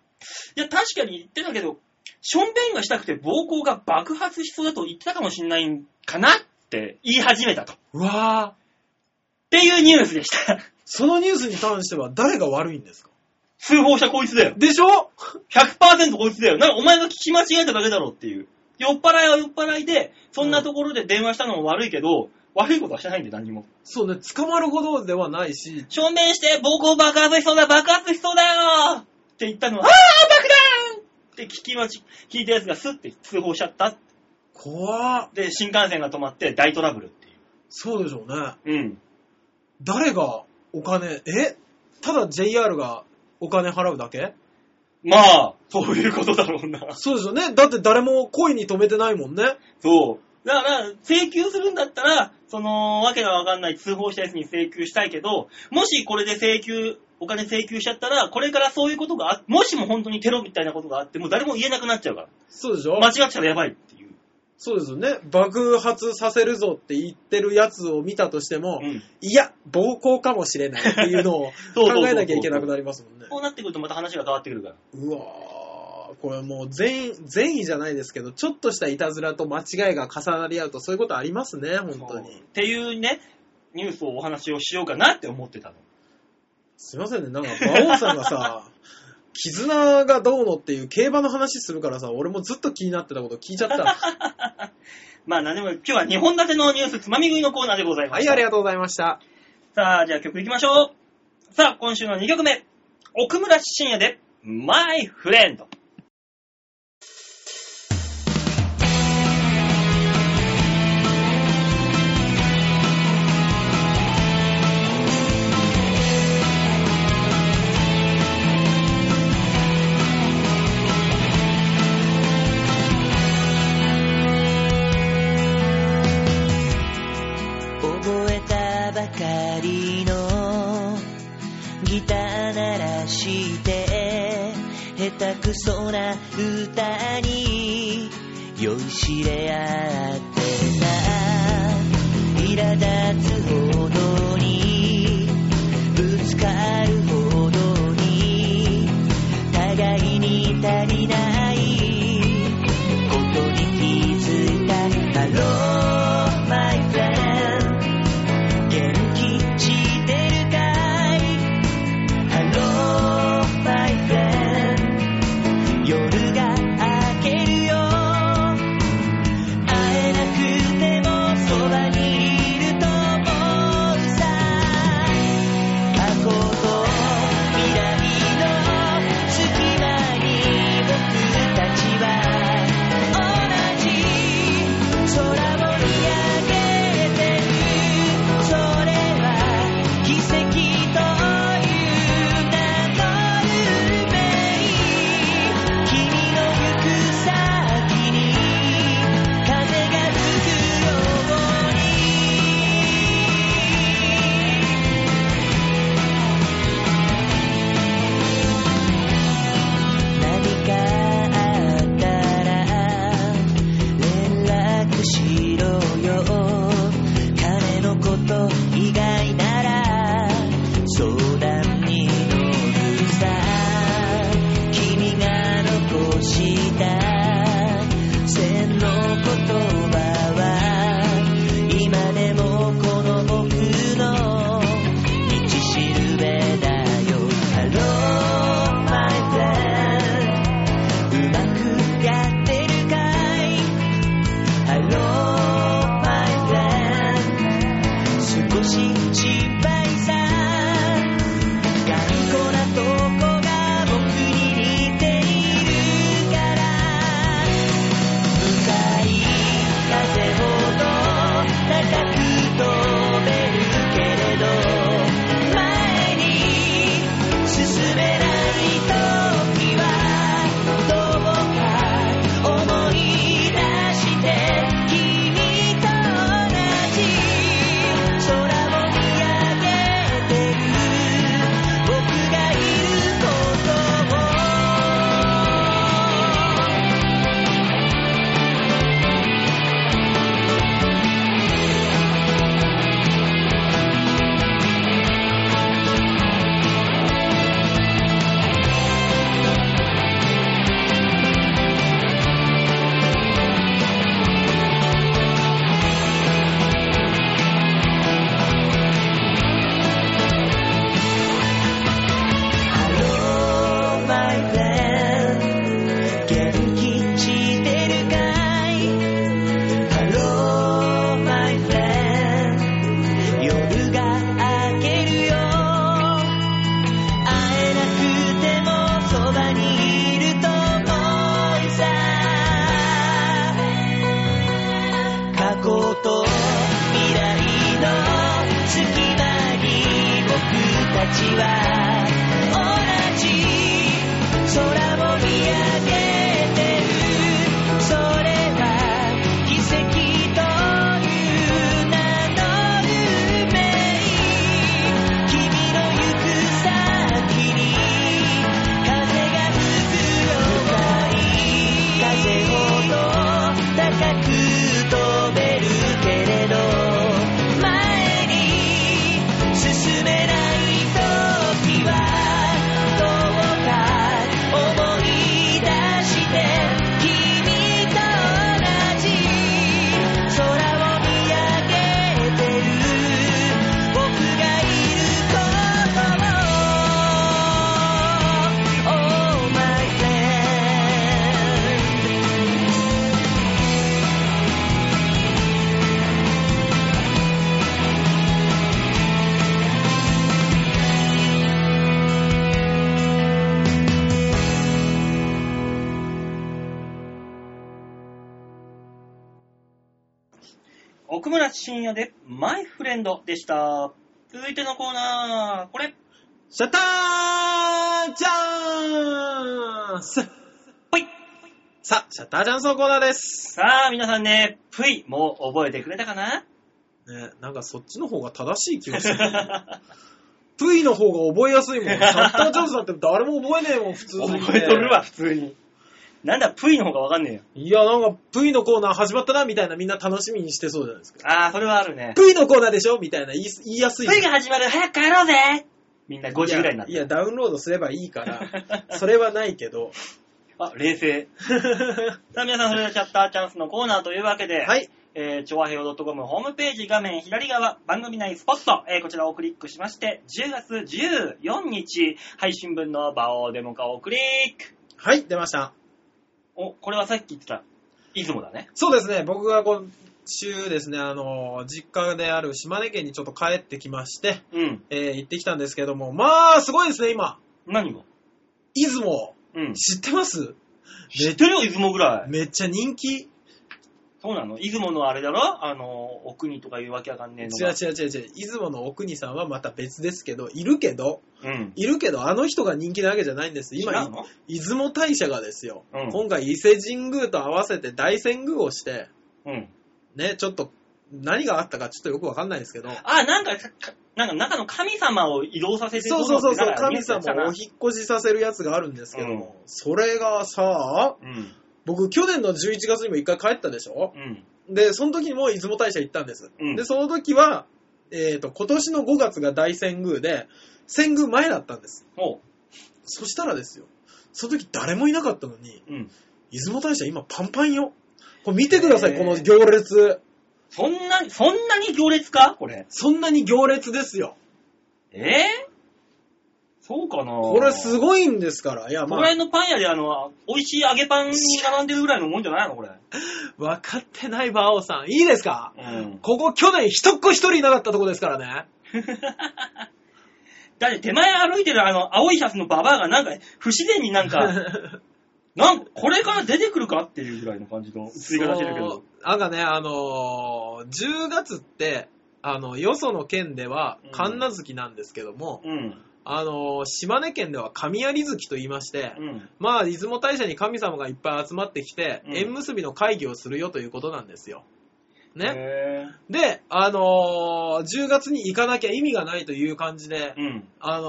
B: いや、確かに言ってたけど、ションベンがしたくて暴行が爆発しそうだと言ってたかもしれないんかなって言い始めたと。っ
C: うわぁ。
B: ていうニュースでした。
C: そのニュースに関しては誰が悪いんですか
B: 通報したこいつだよ。
C: でしょ
B: 100%こいつだよ。なんかお前が聞き間違えただけだろっていう。酔っ払いは酔っ払いで、そんなところで電話したのも悪いけど、悪いことはしてないんで何も。
C: そうね、捕まるほどではないし、
B: 正面して暴行爆発しそうだ、爆発しそうだよって言ったのは、ああ、爆弾で、聞きまち、聞いたやつがスッて通報しちゃった。
C: 怖っ。
B: で、新幹線が止まって大トラブルってい
C: そうでしょうね。
B: う。うん。
C: 誰がお金、えただ JR がお金払うだけ
B: まあ、そういうことだろうな。
C: そうですよね。だって誰も恋に止めてないもんね。
B: そう。だから、請求するんだったら、その、わけがわかんない通報したやつに請求したいけど、もしこれで請求、お金請求しちゃったら、これからそういうことがあ、もしも本当にテロみたいなことがあって、もう誰も言えなくなっちゃうか
C: そうでし
B: ら。
C: ょ
B: 間違ってたらやばいっていう。
C: そうですよね。爆発させるぞって言ってるやつを見たとしても、
B: うん。
C: いや、暴行かもしれないっていうのを
B: そうそうそうそう
C: 考えなきゃいけなくなりますもんね。
B: こうなってくるとまた話が変わってくるから。
C: うわーこれもう善意、善意じゃないですけど、ちょっとしたいたずらと間違いが重なり合うとそういうことありますね、本当
B: そう
C: に
B: っ。ていうね、ニュースをお話をしようかなって思ってたの。
C: すいませんね、なんか馬王さんがさ、絆がどうのっていう競馬の話するからさ、俺もずっと気になってたこと聞いちゃった。
B: まあ何でも、今日は2本立てのニュースつまみ食いのコーナーでございま
C: は
B: し
C: い、
B: た。
C: ありがとうございました。
B: さあ、じゃあ曲いきましょう。さあ、今週の2曲目。奥村深也で、My Friend。
A: 覚えたばかりのギター鳴らして下手くそな歌に酔いしれ合ってた苛立つほどにぶつかるほどに互いに足りないことに気づいた Hello my friend 元気してるかい Hello my friend 夜が明けるよ会えなくてもちは同じ空を見上げてるそれは奇跡という名の運命君の行く先に風が吹くよ風ほど高く飛べるけれど前に進めない時はどうか思い出して君と同じ空を見上げてる僕がいることを Oh my friend
B: 奥村深夜で、マイフレンドでした。続いてのコーナー、これ、
C: シャッターチャンス
B: ぽい
C: さあ、シャッターチャンスのコーナーです。
B: さあ、皆さんね、ぷい、もう覚えてくれたか な
C: ね、なんかそっちの方が正しい気 がする。プイの方が覚えやすいもん。シャッターチャンスだって誰も覚えねえもん、普通に、
B: 覚えとるわ、。普通に。なんだ、ぷいの方がわかんねえよ。
C: いや、なんか、プイのコーナー始まったな、みたいなみんな楽しみにしてそうじゃないですか。
B: あー、それはあるね。
C: プイのコーナーでしょみたいな言い言いやすい。
B: ぷいが始まる、早く帰ろうぜみんな5時ぐらいになっ
C: い
B: て。
C: や、いやダウンロードすればいい から、それはないけど。
B: あ、冷 静。さあ、皆さん、それではシャッターチャンスのコーナーというわけで、
C: はい。
B: えー、調和平和 .com ホームページ画面左側、番組内スポット、えーこちらをクリックしまして、10月14日、配信分の場をデモ化をクリック。
C: はい、出ました。
B: お、これはさっき言ってた、出雲だね。
C: そうですね、僕が今週ですね、あの、実家である島根県にちょっと帰ってきまして、
B: うん。
C: えー行ってきたんですけども、まあ、すごいですね、今。
B: 何が
C: 出雲、
B: うん。
C: 知ってます
B: 知ってるよ、出雲ぐらい。
C: めっちゃ人気。
B: そうなの出雲のあれだろあの、お国とかいうわけわかんねえの
C: 違う
B: が。
C: 違う違う違う。出雲の奥にさんはまた別ですけど、いるけど、
B: うん。
C: いるけど、あの人が人気なわけじゃないんです。
B: 違う
C: 今、
B: の
C: 出雲大社がですよ、
B: うん
C: 今回伊勢神宮と合わせて大遷宮をして、
B: うん。
C: ね、ちょっと、何があったかちょっとよくわかんないですけど、
B: あ、なんか、かなんか中の神様を移動させて
C: そうそうそう
B: ど
C: そう、
B: のってなん
C: 神
B: か
C: 様をお
B: ニュースで
C: 引っ越しさせるやつがあるんですけども、それがさ、
B: したなうん。
C: 僕去年の11月にも一回帰ったでしょ
B: うん。
C: で、その時にも出雲大社行ったんです。
B: うん
C: で、その時は、えっ、と、今年の5月が大遷宮で、遷宮前だったんです。
B: おう。
C: そしたらですよ、その時誰もいなかったのに、
B: うん。
C: 出雲大社今パンパンよ。これ見てくださ
B: へ
C: い、
B: ー
C: この行列。
B: そんな、そんなに行列かこれ。
C: そんなに行列ですよ。
B: えぇ、そうかな
C: これす
B: い。
C: ごいんですから。いや、
B: この
C: まあ
B: 辺、のパン屋で、あの、美味しい揚げパンに並んでるぐらいのもんじゃない のこれ。
C: 分かってない馬王さん。いいですか、
B: うん
C: ここ去年一っ子一人いなかったとこですからね。
B: だって手前歩いてるあの、青いシャツのババアがなんか、不自然になん か、なんか、これから出てくるかっていうぐらいの感じの映り方してるけ
C: そう
B: ど。。
C: なんかね、あのー10月って、あの、よその県では
B: うん、
C: 神奈月なんですけども、
B: うん。
C: あのー島根県では神有月と言いまして、
B: うん。
C: まあ、出雲大社に神様がいっぱい集まってきて、
B: うん
C: 縁結びの会議をするよということなんですよ。ね。
B: ね。
C: で、あのー10月に行かなきゃ意味がないという感じで、
B: うん。
C: あの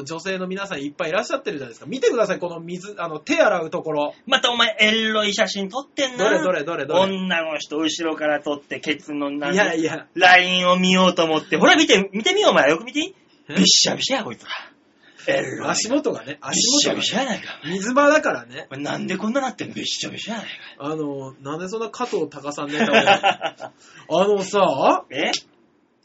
C: ー女性の皆さんいっぱいいらっしゃってるじゃないですか。見てください、この水、あの、手洗うところ。
B: またお前、エロい写真撮ってんな。
C: どれどれどれどれ。
B: 女の人後ろから撮って、ケツのなん
C: いやいや、
B: ラインを見ようと思って、ほら見て、見てみようお前、よく見て。
C: え
B: びっしゃびしゃや、こいつら。えらい。
C: 足元がね、
B: びっ
C: 足
B: し
C: 元
B: ゃ
C: がね
B: びしゃやないか。
C: 水場だからね
B: お、前なんでこんななってんのびっしゃびしゃやない
C: あの、なんでそんな加藤隆さんネ タをあ
B: か。
C: のさ、
B: え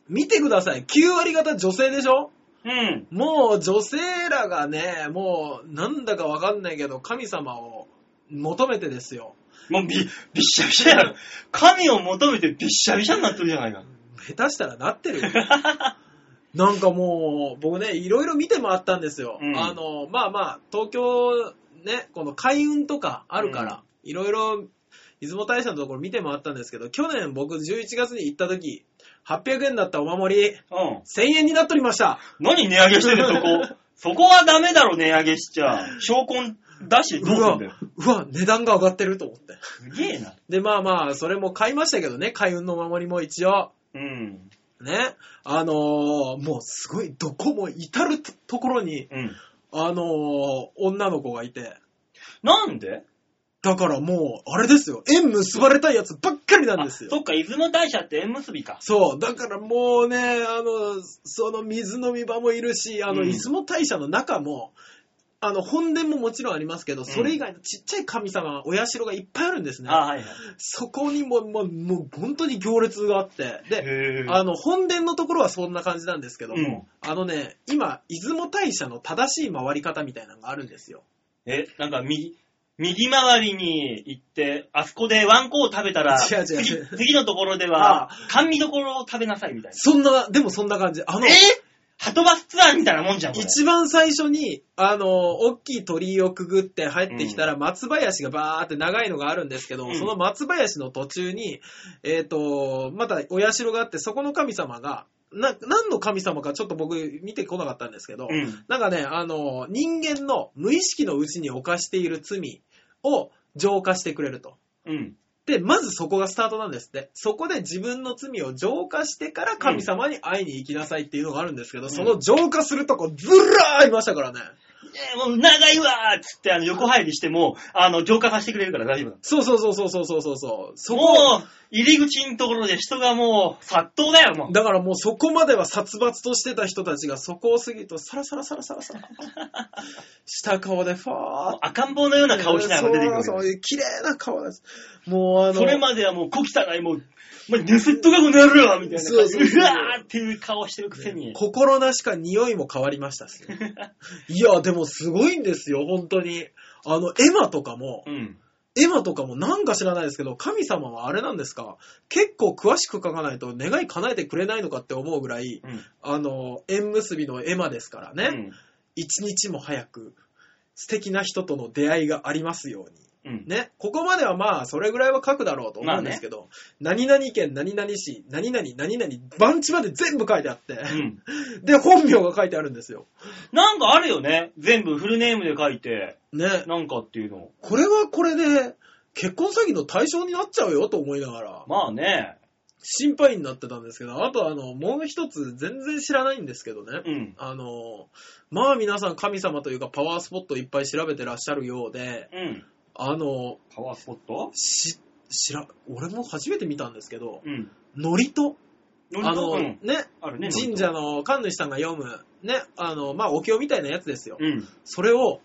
C: 見てください。9割方女性でしょ
B: うん。
C: もう女性らがね、もうなんだかわかんないけど、神様を求めてですよ。
B: もうび、びっしゃびしゃやろ。神を求めてびっしゃびしゃになってるじゃないか。
C: 下手したらなっ てるよ。なんかもう、僕ね、いろいろ見て回ったんですよ。
B: うん
C: あの、まあまあ、東京、ね、この開運とかあるから、いろいろ、出雲大社のところ見て回ったんですけど、去年僕11月に行った時、 800円だったお守り、
B: うん。
C: 1000円になっとりました。
B: 何値上げしてるそ こ。そこはダメだろ、値上げしちゃ。証拠出して
C: う
B: どうす
C: わ
B: んだよ。、
C: うわ、値段が上がってると思って。
B: すげえな。
C: で、まあまあ、それも買いましたけどね、開運のお守りも一応。
B: うん。
C: ね。あのーもうすごい、どこも至るとところに、
B: うん。
C: あのー女の子がいて。
B: なんで
C: だからもう、あれですよ。縁結ばれたいやつばっかりなんですよ
B: あ。そっか、出雲大社って縁結びか。
C: そう。だからもうね、あの、その水飲み場もいるし、あの、
B: うん
C: 出雲大社の中も、あの、本殿ももちろんありますけど、それ以外のちっちゃい神様、お社がいっぱいあるんですね。
B: あはいはい。
C: そこにも、もう、もう本当に行列があって。で、
B: へ
C: あの、本殿のところはそんな感じなんですけども、あのね、今、出雲大社の正しい回り方みたいなのがあるんですよ。
B: え、なんか右、右回りに行って、あそこでワンコを食べたら、
C: 違う違う違う
B: 次次のところで
C: あ
B: は
C: あ、
B: 甘味どころを食べなさいみたいな。
C: そんな、でもそんな感じ。あの、
B: えハトバスツアーみたいなもんじゃん、これ
C: 一番最初に、あの、大きい鳥居をくぐって入ってきたら、松林がバーって長いのがあるんですけど、
B: うん
C: その松林の途中に、えっ、と、またお社があって、そこの神様が、な、何の神様かちょっと僕見てこなかったんですけど、
B: うん。
C: なんかね、あの、人間の無意識のうちに犯している罪を浄化してくれると。
B: うん。
C: で、まずそこがスタートなんですって。そこで自分の罪を浄化してから神様に会いに行きなさいっていうのがあるんですけど、
B: ん
C: その浄化するとこずらーいましたからね。
B: ねえもう長いわーっつって、あの、横入りしても、あの、浄化させてくれるから大丈夫だ。
C: そうそうそうそうそうそうそうそう。そこ、
B: もう、入り口のところで人がもう、殺到だよ、もう。
C: だからもうそこまでは殺伐としてた人たちがそこを過ぎるとサラサラサラサラサラ。下顔でファーっ
B: 赤ん坊のような
C: て。
B: 顔しながら出てくるわけ
C: そう
B: だ
C: そういう綺麗な顔です。もうあの、
B: それまではもう、小汚い、もう、もう、ネセットがこの野郎みたいな
C: そ
B: 感
C: う
B: じ
C: そ
B: で、
C: うそう
B: うわーっていう顔してるくせに。
C: 心なしか匂いも変わりましたし。いや、でもすごいんですよ、本当に。あの、エマとかも
B: う、ん。
C: エマとかもなんか知らないですけど、神様はあれなんですか結構詳しく書かないと願い叶えてくれないのかって思うぐらい、
B: うん。
C: あの、縁結びのエマですから
B: う
C: ね。
B: ん
C: 一、日も早く、素敵な人との出会いがありますように。
B: うん。
C: ね、ここまではまあ、それぐらいは書くだろうと思うんですけど、何々県、何々市、何々、何々、番地まで全部書いてあって、
B: うん。
C: で、本名が書いてあるんですよ。
B: なんかあるよね。全部フルネームで書いて、
C: ね。
B: なんかっていうの。
C: これはこれで、結婚詐欺の対象になっちゃうよと思いながら、
B: まあね。
C: 心配になってたんですけど、あとあの、もう一つ全然知らないんですけどね。
B: うん。
C: あの、まあ皆さん神様というかパワースポットいっぱい調べてらっしゃるようで、
B: うん。
C: あの、
B: パワースポット
C: し、知ら、俺も初めて見たんですけど、
B: うん。
C: ノリと、あ
B: あの、
C: の、
B: うん。
C: ね、
B: あるね。
C: 神社の神主さんが読む、ね、あの、まあお経みたいなやつですよ。
B: うん。
C: それを、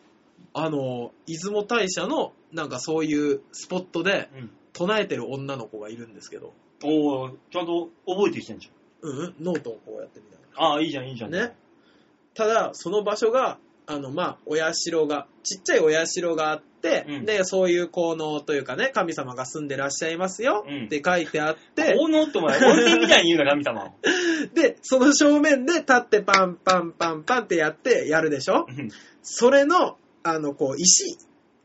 C: あの、出雲大社の、なんかそういうスポットで
B: うん。
C: 唱えてる女の子がいるんですけど、
B: おー、ちゃんと覚えてきてんじ
C: うん、ノートをこうやってみたいな。
B: ゃん。ああ、いいじゃん、いいじゃん。
C: ね。ただ、その場所が、あの、まあ、お社が、ちっちゃいお社があって、
B: うん
C: で、そういう効能というかね、神様が住んでらっしゃいますよ
B: うん
C: って書いてあって、
B: 効能ってお前、温泉みたいに言うな、神様を。
C: で、その正面で立ってパンパンパンパンってやってやるでしょ
B: うん
C: それの、あの、こう、石、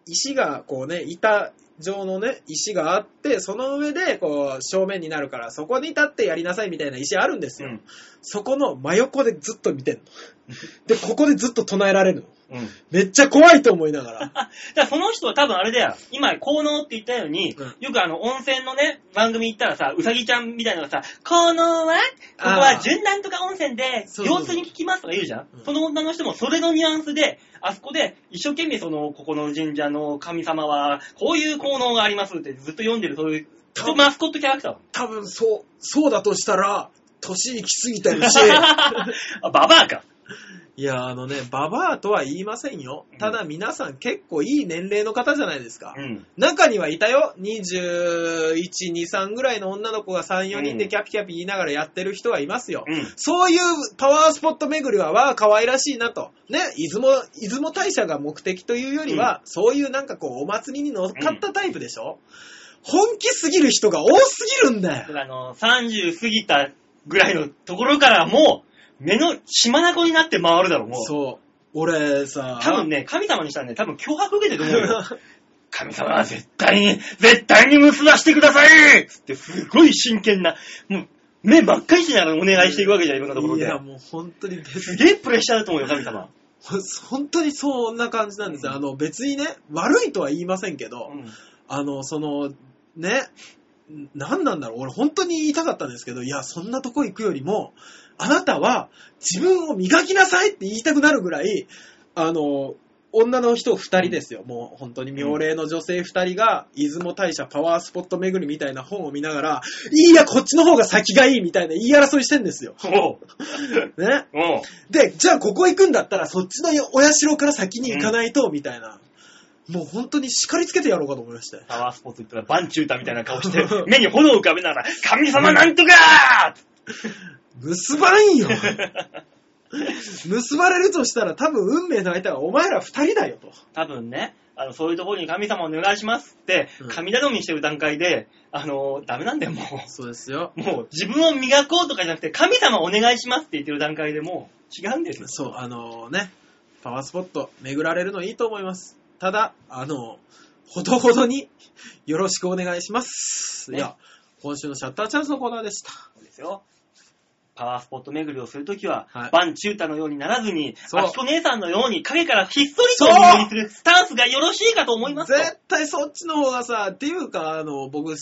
C: 石が、こうね、板状のね、石があって、その上で、こう、正面になるから、そこに立ってやりなさいみたいな石あるんです
B: う
C: よ。
B: ん。
C: そこの真横でずっと見てんの。で、ここでずっと唱えられるの。
B: うん。
C: めっちゃ怖いと思いながら。
B: だからその人は多分あれだよ。今、効能って言ったように、
C: うん
B: よくあの、温泉のね、番組行ったらさ、うさぎちゃんみたいなのがさ、効能はここ
C: あ
B: は
C: ー
B: 順南とか温泉で、
C: そうそうそう
B: 腰痛に効きますとか言うじゃん
C: うん
B: その女の人もそれのニュアンスで、あそこで一生懸命その、ここの神社の神様は、こういう効能がありますってずっと読んでる、そういう、
C: 多分
B: マスコットキャラクター。
C: 多分、そう、そうだとしたら、年行き過 ぎてるし。
B: あ、ババアか。
C: いや、あのね、ババアとは言いませんよ。ただ皆さん結構いい年齢の方じゃないですか。
B: うん。
C: 中にはいたよ。21、2、3ぐらいの女の子が3、4人でキャピキャピ言いながらやってる人はいますよ。
B: うん。
C: そういうパワースポット巡りは、わあ、可愛らしいなと。ね、出雲、出雲大社が目的というよりは、そういうなんかこう、お祭りに乗っかったタイプでしょ、本気すぎる人が多すぎるんだ
B: だか
C: よ。
B: らあの、30過ぎたぐらいのところからもう、目の島なこになって回るだろ、もう。
C: そう。俺さ、
B: 多分ね、神様にしたらね、多分脅迫受けてると思うよ。 神様は絶対に、絶対に結ばしてくださいっつって、すごい真剣な、もう、目真っ赤にしながらお願いしていくわけじゃん、いろんなところ
C: い
B: で
C: や、。もう本当に別
B: す
C: に、
B: げえプレッシャーだと思うよ、神様。
C: 本当にそんな感じなんですよ。あの、別にね、悪いとは言いませんけど、あの、その、ね、何なんだろう、俺本当に言いたかったんですけど、いや、そんなとこ行くよりも、あなたは自分を磨きなさいって言いたくなるぐらい、あの、女の人二人ですよ。もう本当に妙齢の女性二人が、出雲大社パワースポット巡りみたいな本を見ながら、いや、こっちの方が先がいいみたいな言い争いしてんですよ。
B: おう。
C: ね。
B: おう。
C: で、じゃあここ行くんだったら、そっちのお社から先に行かないと、みたいな。もう本当に叱りつけてやろうかと思いましたよ。
B: パワースポットって言ったらバンチュータみたいな顔 して、目に炎を浮かべながら、神様なんとか
C: 結ばん よ
B: ー
C: 結ばれるとしたら多分運命の相手はお前ら二人だよと。
B: 多分ね、あの、そういうところに神様お願いしますって
C: うん、
B: 神頼みしてる段階で、あの、ダメなんだよ、も
C: そうですよ。
B: う。もう、自分を磨こうとかじゃなくて、神様お願いしますって言ってる段階でもう、違うんですよ。
C: そう、あのね、パワースポット巡られるのいいと思います。ただ、あの、ほどほどによろしくお願いします。
B: ね
C: いや、今週のシャッターチャンスのコーナーでした。
B: そうですよ。パワースポット巡りをするときは、
C: はい
B: バンチュータのようにならずに、
C: そう
B: あきこ姉さんのように影からひっそりと
C: そう
B: 見守りするスタンスがよろしいかと思いますと。
C: 絶対そっちの方がさ、っていうか、あの、僕、知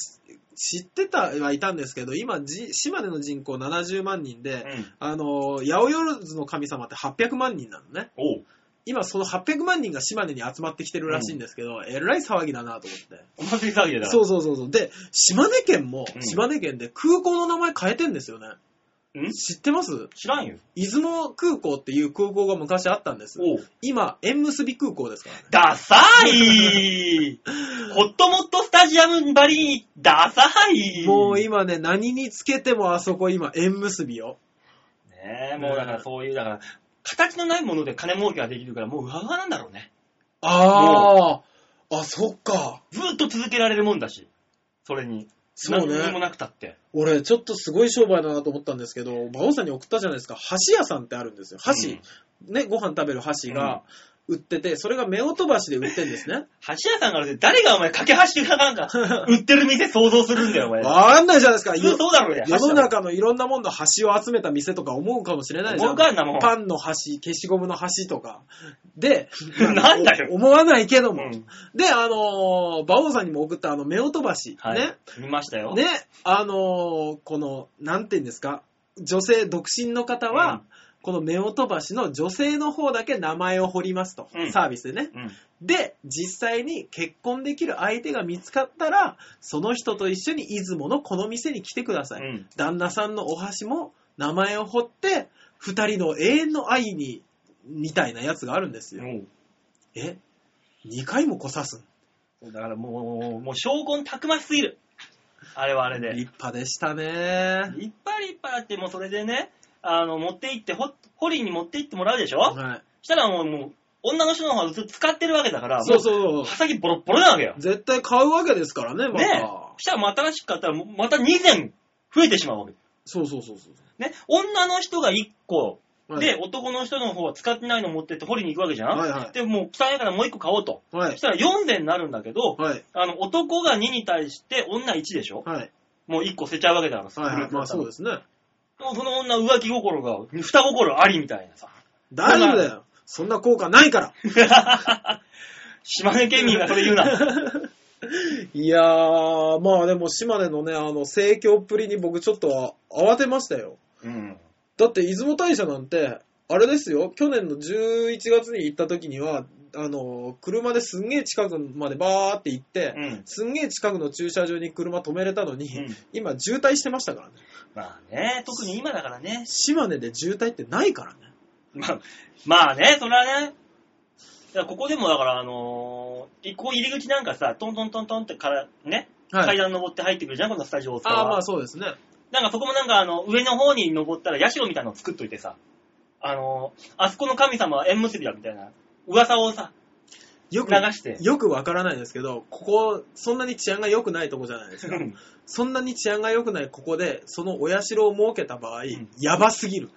C: ってたはいたんですけど、今、じ島根の人口70万人で、
B: うん
C: あの、八百万の神様って800万人なのね。
B: おう
C: 今その800万人が島根に集まってきてるらしいんですけど、えらい騒ぎだなと思って。
B: お祭り騒ぎだ
C: そうそうそうそう。で、島根県も、
B: うん
C: 島根県で空港の名前変えてんですよね。
B: ん
C: 知ってます
B: 知らんよ。
C: 出雲空港っていう空港が昔あったんです。
B: おう
C: 今、縁結び空港ですからね。
B: ダサ いホットモットスタジアムばりに、ダサい
C: もう今ね、何につけてもあそこ今、縁結びよ。
B: ねえ、もうだからそういう、だから、形のないもので金儲けができるから、もううわうわなんだろうね。
C: ああ、あ、そっか。
B: ずーっと続けられるもんだし、それに。
C: そうね
B: 何にもなくたって。
C: 俺、ちょっとすごい商売だなと思ったんですけど、馬王さんに送ったじゃないですか。箸屋さんってあるんですよ。箸。
B: うん
C: ね、ご飯食べる箸が売ってて、それが目音橋で売ってんですね。
B: 橋屋さんからして誰がお前、架け橋が なんか、売ってる店想像するんだよ、お前。
C: わかんないじゃないですか。
B: 普
C: よ
B: 通そうだろうね。
C: 世の中のいろんなもんの端を集めた店とか思うかもしれないじゃん。
B: 思うかんなもん、
C: パンの端、消しゴムの端とか。で
B: なんだよ
C: お思わないけど
B: う
C: も。
B: ん
C: で、あのー、馬王さんにも送ったあの、目音橋。
B: はい。
C: ね。
B: 見ましたよ。
C: ね、あのー、この、なんて言うんですか。女性、独身の方は、
B: うん
C: この目音橋の女性の方だけ名前を彫りますと。
B: うん
C: サービスでね。
B: うん。
C: で、実際に結婚できる相手が見つかったら、その人と一緒に出雲のこの店に来てください。
B: うん
C: 旦那さんのお箸も名前を彫って、二人の永遠の愛に、みたいなやつがあるんですよ。
B: も
C: え二回もこさすん
B: うだからもう、もう、証拠たくましすぎる。あれはあれで。立
C: 立派でしたね。
B: 派立派だって、もうそれでね、あの、持って行って、ほ、ホリに持って行ってもらうでしょ
C: はい。
B: したらもう、もう、女の人の方がずっと使ってるわけだから、
C: そう
B: う。
C: そうそ
B: 刃先ボロッボロなわけよ
C: う。。絶対買うわけですからね、また。
B: ねそしたらもう新しく買ったら、もうまた2膳増えてしまうわけ。
C: そうそうそうそう。
B: ね、女の人が1個、
C: はい
B: で、男の人の方は使ってないの持ってって掘りに行くわけじゃん、
C: はいはい
B: で、もう汚いからもう1個買おうと。
C: は
B: そ
C: い
B: し。たら4膳になるんだけど、
C: はい。
B: あの、男が2に対して女1でしょ
C: はい。
B: もう1個捨てちゃうわけだからさ、
C: はい
B: グル
C: は
B: ー
C: い。
B: プだ
C: まあ
B: った
C: そ
B: ら
C: うですね。
B: もうその女浮気心が、二心ありみたいなさ。
C: 大丈夫だよ。そんな効果ないから。
B: 島根県民がそれ言うな。
C: いやー、まあでも島根のね、あの、盛況っぷりに僕ちょっと慌てましたよ。
B: うん。
C: だって出雲大社なんて、あれですよ、去年の11月に行った時には、あの、車ですんげえ近くまでバーって行って、
B: うん。
C: すんげえ近くの駐車場に車止めれたのに、
B: うん
C: 今渋滞してましたからね。
B: まあね、特に今だからね。
C: 島根で渋滞ってないからね。
B: まあ、まあね、それはね。いやここでもだから、あのー、ここ入り口なんかさ、トントントントンってから、ね、
C: は
B: 階
C: い。
B: 段登って入ってくるじゃん、このスタジオを使う
C: ああ、まあそうですね。
B: なんかそこもなんかあの、上の方に登ったら社みたいなのを作っといてさ、あのー、あそこの神様は縁結びだみたいな噂を さ、
C: よく、
B: 流して
C: よくわからないですけど、ここ、そんなに治安が良くないとこじゃ ないですか。そんなに治安が良くないここで、そのお社を設けた場合、
B: ん
C: やばすぎる。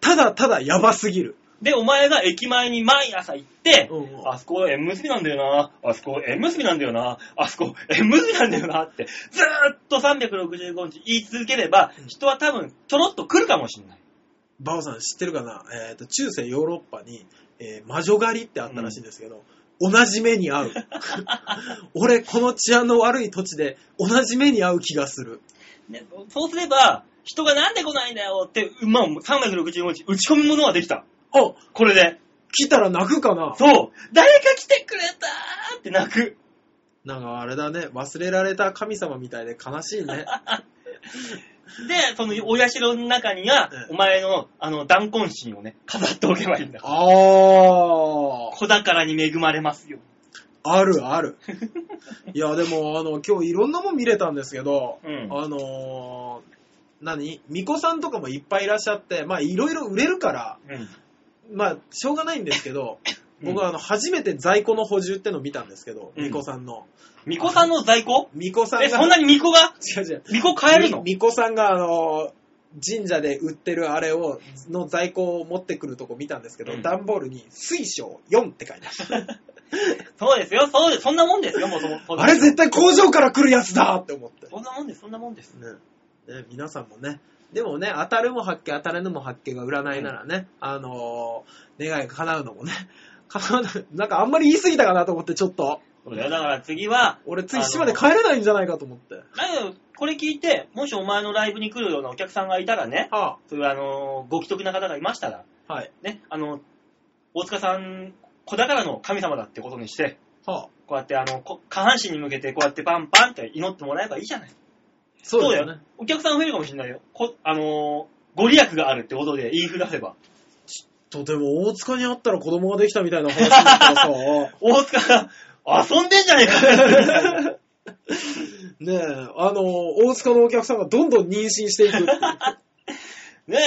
C: ただただやばすぎる。
B: で、お前が駅前に毎朝行って、
C: うんうん
B: あそこ縁結びなんだよな、あそこ縁結びなんだよな、あそこ縁結びなんだよなって、ずーっと365日言い続ければ、人は多分ちょろっと来るかもしれない。
C: バオさん知ってるかな、えー、と中世ヨーロッパに、えー魔女狩りってあったらしいんですけど、同じ目に合 う俺この治安の悪い土地で同じ目に合う気がする
B: ねそうすれば、人がなんで来ないんだよって、まあ、365日打ち込むものはできた。
C: あ
B: これで。
C: 来たら泣くかな
B: そう誰か来てくれたーって泣く。
C: なんかあれだね忘れられた神様みたいで悲し い
B: で、
C: ね
B: そのお社の中には、
C: う
B: お前の、あの、断魂心をね、飾っておけばいいんだ。
C: あー
B: 小宝に恵まれますよ。
C: ある あるいやでもあの今日いろんなもん見れたんですけど、
B: うん
C: あのー何巫女さんとかもいっぱいいらっしゃってまあいろいろ売れるから
B: うん。
C: まあ、しょうがないんですけど、
B: うん
C: 僕はあの初めて在庫の補充ってのを見たんですけど、
B: うん
C: 巫女さんの。
B: 巫女さんの在庫
C: 巫女さんが、
B: え、そんなに巫女が
C: 違う違う。
B: 巫女買えるの
C: み巫女さんが、あの、神社で売ってるあれを、の在庫を持ってくるとこ見たんですけど、
B: うん
C: 段ボールに水晶4って書いてある。
B: そうですよ、そうです。そんなもんですよ、もうそもそ も
C: あれ絶対工場から来るやつだって思って。ね
B: そんなもんです、そんなもんです。
C: ね皆さんもね。でもね、当たるも発見、当たらぬも発見が占いならね、あのー願いが叶うのもね、叶うの、なんかあんまり言い過ぎたかなと思って、ちょっと。
B: そうだよ、だから次は、
C: 俺次島で帰れないんじゃないかと思って。
B: だけど、これ聞いて、もしお前のライブに来るようなお客さんがいたらね、
C: あ
B: そういうあのーご既得な方がいましたら、
C: あ、はい。
B: ね、あの、大塚さん、子宝の神様だってことにして、
C: はあ。
B: こうやってあの、こ下半身に向けてこうやってパンパンって祈ってもらえばいいじゃない。
C: そうだ
B: だ
C: よ
B: よ
C: ね。。
B: お客さん増えるかもしれないよ。こあのーご利益があるってことで言いふらせば。
C: とても大塚に会ったら子供ができたみたいな話になったらさ、
B: 大塚が遊んでんじゃねえ か
C: ねえ、あの、大塚のお客さんがどんどん妊娠していくっていう。
B: ね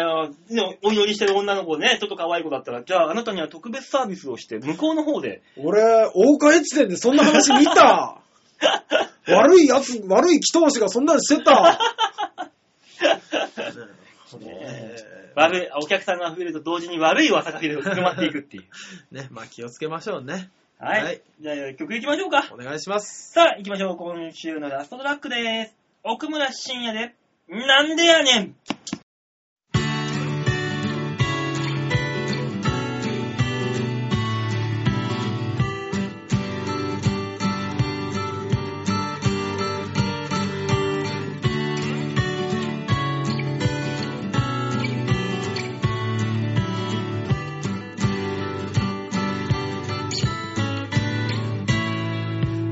B: え、ねお祈りしてる女の子ね、ちょっと可愛い子だったら、じゃああなたには特別サービスをして、向こうの方で、
C: 俺、大岡越前でそんな話見た悪いやつ、悪い祈祷師がそんなのしてたねえ
B: 悪い、お客さんが増えると同時に悪い噂が広まっていくっていう。
C: ね、まあ気をつけましょうね。
B: はい。
C: はい
B: じゃあ曲行きましょうか。
C: お願いします。
B: さあ、行きましょう。今週のラストトラックです。奥村深也で、なんでやねん。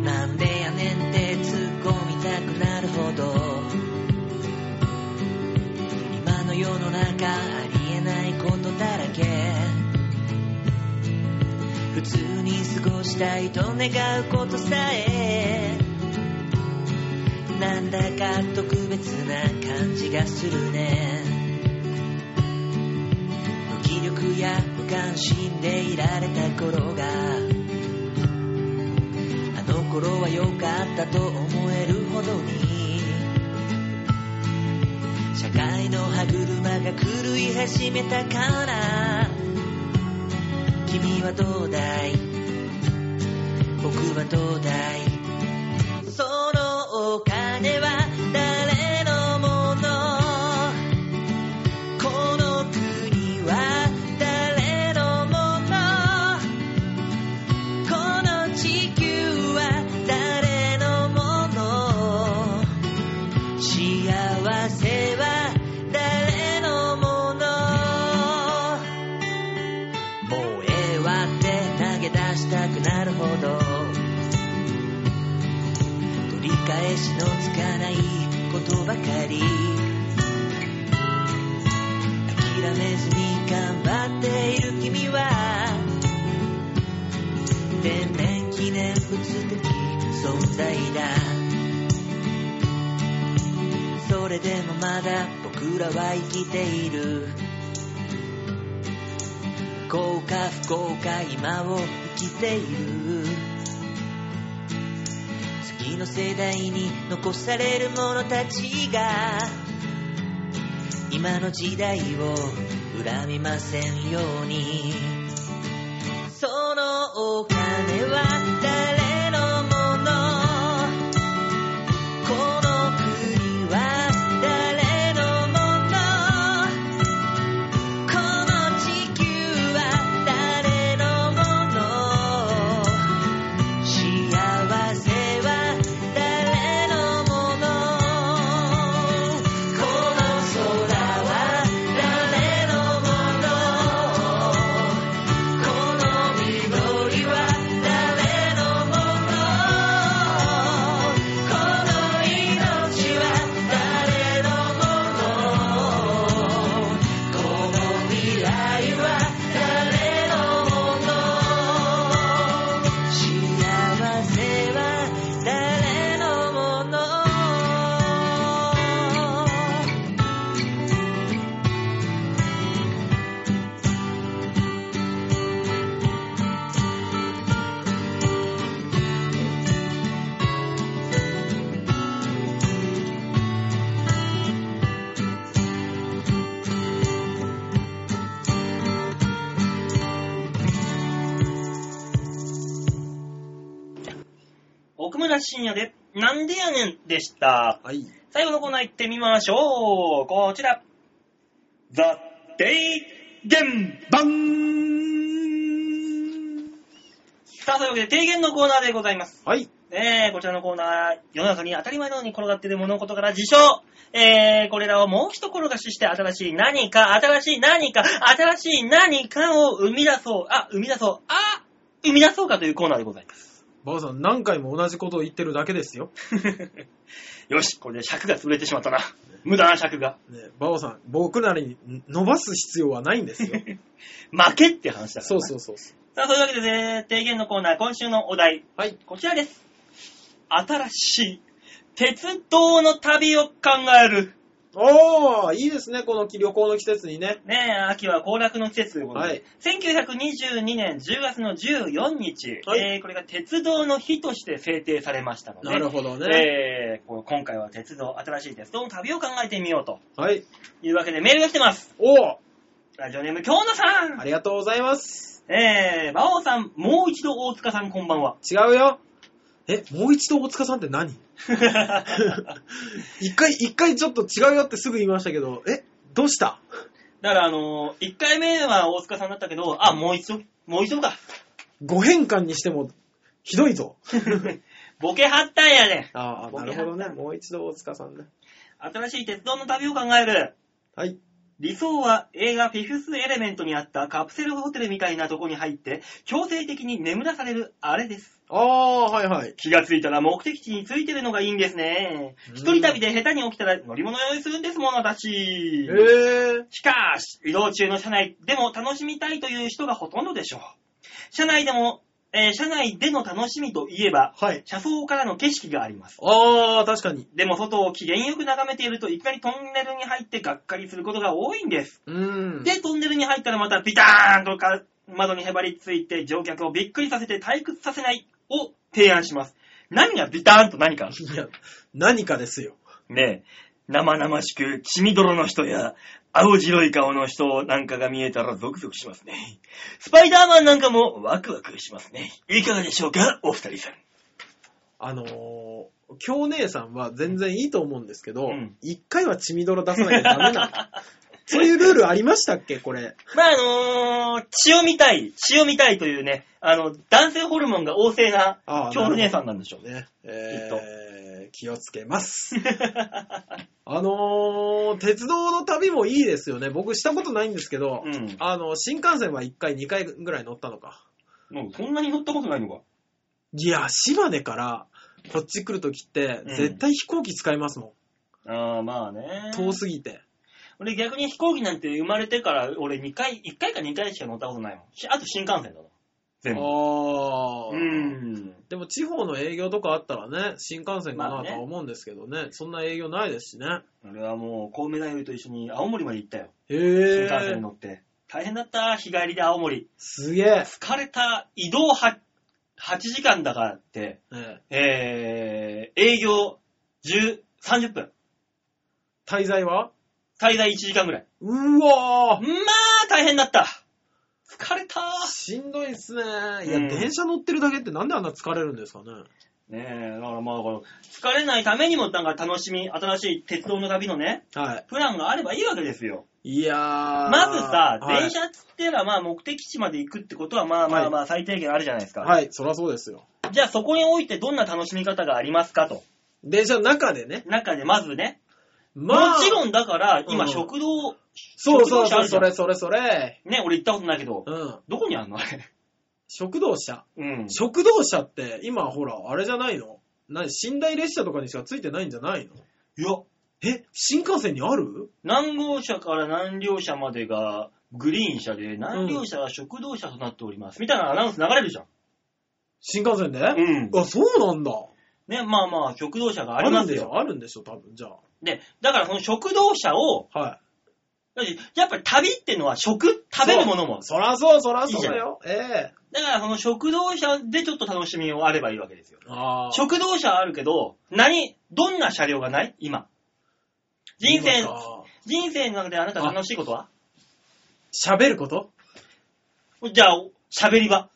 A: なんでやねんって突っ込みたくなるほど今の世の中ありえないことだらけ普通に過ごしたいと願うことさえなんだか特別な感じがするね無気力や無関心でいられた頃があの頃は良かったと思えるほどに社会の歯車が狂い始めたから君はどうだい僕はどうだいそのお金は誰のものこの国は誰のものこの地球は誰のもの幸せは誰のものもうええわって投げ出したくなるほど取り返しのつかないことばかり諦めずに頑張っている君は天然記念物的存在だそれでもまだ僕らは生きている幸か不幸か今を生きている次の世代に残される者たちが今の時代を恨みませんようにそのお金は誰のものこの国は誰のものこの地球は誰のもの幸せは誰のものこの空は誰のものこの緑は誰のものこの命は誰のものこの未来は誰のものこの幸せは誰のもの
B: 奥村深也で、なんでやねんでした。
C: はい。
B: 最後のコーナー行ってみましょう。こちら。ザ・デイ・現場
C: バン
B: さあ、というわけで、提言のコーナーでございます。
C: はい。
B: えー、こちらのコーナー、世の中に当たり前のように転がっている物事から事象。えー、これらをもう一転がしして、新しい何か、新しい何か、新しい何かを生み出そう。あ、生み出そう。あ、生み出そうかというコーナーでござい ます。
C: バオさん、何回も同じことを言ってるだけですよ。
B: よし、これで尺が潰れてしまったな。無駄な尺が。
C: ね、バオさん、僕なりに伸ばす必要はないんですよ。
B: 負けって話だから、。
C: そうそううそうそう。
B: さあ、そういうわけで、ね、提言のコーナー、今週のお題、
C: はい。
B: こちらです。新しい鉄道の旅を考える。
C: おー、いいですね、この旅行の季節にね。
B: ねえ、秋は行楽の季節ということで、
C: はい
B: 1922年10月の14日、
C: はい
B: えーこれが鉄道の日として制定されましたので、
C: なるほどね。
B: えーこう今回は鉄道、新しい鉄道の旅を考えてみようと
C: はい。
B: いうわけでメールが来てます。
C: おー、
B: ラジオネーム、京野さん、
C: ありがとうございます。
B: えー、馬王さん、もう一度大塚さんこんばん は。
C: 違うよ。え、もう一度大塚さんって何一回、一回ちょっと違うよってすぐ言いましたけど、え、どうした
B: だから、あのー、1回目は大塚さんだったけど、あ、もう一度、もう一度 か。
C: ご変換にしても、ひどいぞ。
B: ボケはったんやね
C: ああ、
B: ご
C: な
B: めん
C: るほどね。もう一度大塚さんね。
B: 新しい鉄道の旅を考える。
C: はい。
B: 理想は映画フィフスエレメントにあったカプセルホテルみたいなとこに入って強制的に眠らされるあれです。
C: ああ、はいはい。
B: 気がついたら目的地に着いてるのがいいんですね。
C: うん
B: 一人旅で下手に起きたら乗り物用意するんですもの私
C: え。ー、
B: しかし、移動中の車内でも楽しみたいという人がほとんどでしょう。車内でも、えー車内での楽しみといえば、
C: はい。
B: 車窓からの景色があります。
C: ああ、確かに。
B: でも外を機嫌よく眺めているといきなりトンネルに入ってがっかりすることが多いんです。
C: うーん。
B: で、トンネルに入ったらまたビターンとか窓にへばりついて乗客をびっくりさせて退屈させないを提案します。何がビターンと何か
C: いや、何かですよ。
B: ねえ、生々しく血みどろの人や青白い顔の人なんかが見えたらゾクゾクしますね。スパイダーマンなんかもワクワクしますね。いかがでしょうか、お二人さん。
C: あのー、京姉さんは全然いいと思うんですけど
B: うん、
C: 一、回は血みどろ出さなきゃダメなの。 そういうルールありましたっけこれ。
B: まああのー、血を見たい、血を見たいというね、あの、男性ホルモンが旺盛な
C: ああ
B: 京の姉さんなんでしょうね。
C: ね。
B: きっ
C: え
B: と
C: ー、気をつけます。 あのー、鉄道の旅もいいですよね。僕したことないんですけど、
B: うん
C: あの、新幹線は1回、2回ぐらい乗ったのか。
B: もうそんなに乗ったことないのか。
C: いや、島根からこっち来るときって、
B: うん
C: 絶対飛行機使いますも
B: ああ、まあね
C: ん。。遠すぎて。
B: 俺逆に飛行機なんて生まれてから、俺2回、1回か2回しか乗ったことないもん。しあと新幹線だな。全部。
C: あー。
B: うん。
C: でも地方の営業とかあったらね、新幹線か
B: まあ
C: な
B: ね
C: とは思うんですけどね、そんな営業ないですしね。
B: 俺はもう、コウメ太夫と一緒に青森まで行ったよ。
C: へ
B: 新幹線
C: ー。
B: 乗って。大変だった、日帰りで青森。
C: すげえ。
B: 疲れた、移動は8時間だからって、
C: ね
B: えー、営業10、30分。
C: 滞在は
B: 滞在1時間ぐらい。
C: う
B: まあ、
C: わ
B: 大変だった。疲れた
C: ーしんどいっすね。いや、
B: うん
C: 電車乗ってるだけってなんであんな疲れるんですかね。
B: ねえ、だからまあ、この疲れないためにも、なんか楽しみ、新しい鉄道の旅のね、
C: はい。
B: プランがあればいいわけですよ。
C: いやー。
B: まずさ、
C: はい
B: 電車っつってら、まあ目的地まで行くってことは、まあまあまあ最低限あるじゃないですか。
C: はい、そらそうですよ。
B: じゃあそこにおいてどんな楽しみ方がありますかと。
C: 電車の中でね。
B: 中でまずね。もちろ
C: ん。
B: んだから、今
C: うん
B: 食堂、
C: そうそう
B: 食堂車あ
C: そう、
B: るじゃ
C: そ
B: ん
C: れそれそれ。
B: ね、俺行ったことないけど、
C: うん。
B: どこにあんのあ れ。
C: 食堂車。
B: うん。
C: 食堂車って、今ほら、あれじゃないの何寝台列車とかにしかついてないんじゃないの
B: いや、
C: え、新幹線にある
B: 何号車から何両車までがグリーン車で、何両車が食堂車となっております。みたいなアナウンス流れるじゃん。
C: 新幹線で
B: うん。
C: あ、そうなんだ。
B: ね、まあまあ食堂車がありますよ。
C: あるんでしょ、あるんでしょ、多分、じゃ
B: で、だからその食堂車を、
C: あ。はい。
B: だってやっぱり旅ってのは食、食べるものも。
C: そらそう、そら
B: いい
C: そ
B: うじゃん
C: だよ。ええ
B: だから、その食堂車でちょっと楽しみをあればいいわけですよ。
C: あー
B: 食堂車あるけど、何、どんな車両がない今。人生
C: 今、さ
B: 人生の中であなた楽しいことは
C: 喋ること
B: じゃあ、喋り 場。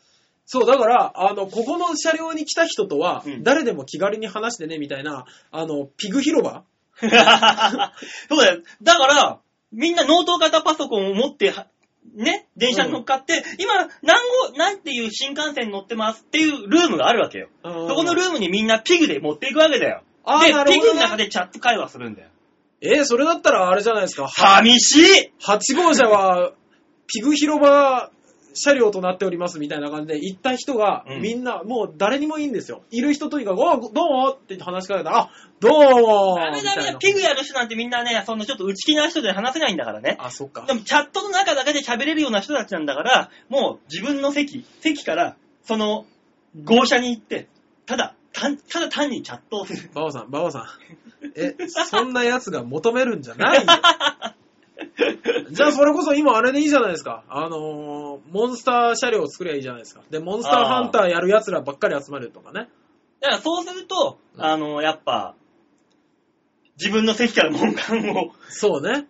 C: そう、だから、あの、ここの車両に来た人とは、
B: うん
C: 誰でも気軽に話してね、みたいな、あの、ピグ広場
B: そうだよ。だから、みんなノート型パソコンを持って、はね、電車に乗っかって、今、何号、なんていう新幹線乗ってますっていうルームがあるわけよ。
C: そ
B: そこのルームにみんなピグで持っていくわけだよ。
C: あー
B: で、
C: なるほどね
B: ピグの中でチャット会話するんだよ。
C: えーそれだったらあれじゃないですか。は
B: 寂しい
C: 8号車は、ピグ広場車両となっております、みたいな感じで、行った人が、
B: うん
C: みんな、もう誰にもいいんですよ。いる人とにかく、おうどうもって話しかけたら、あ、どうも
B: ダメ
C: み
B: ダ
C: たいな
B: メだ、ピグやる人なんてみんなね、そんなちょっと内気な人で話せないんだからね。
C: あ、そっか
B: で。もチャットの中だけで喋れるような人たちなんだから、もう自分の席、席から、その、号車に行って、ただ、たただ単にチャットをする。
C: バオさん、バオさん。え、そんな奴が求めるんじ ゃないよ。じゃあ、それこそ今あれでいいじゃないですか。あのー、モンスター車両を作りゃいいじゃないですか。で、モンスターハンターやる奴らばっかり集まるとかね。
B: だからそうすると、
C: うん
B: あの、やっぱ、自分の席から門間を
C: そうね。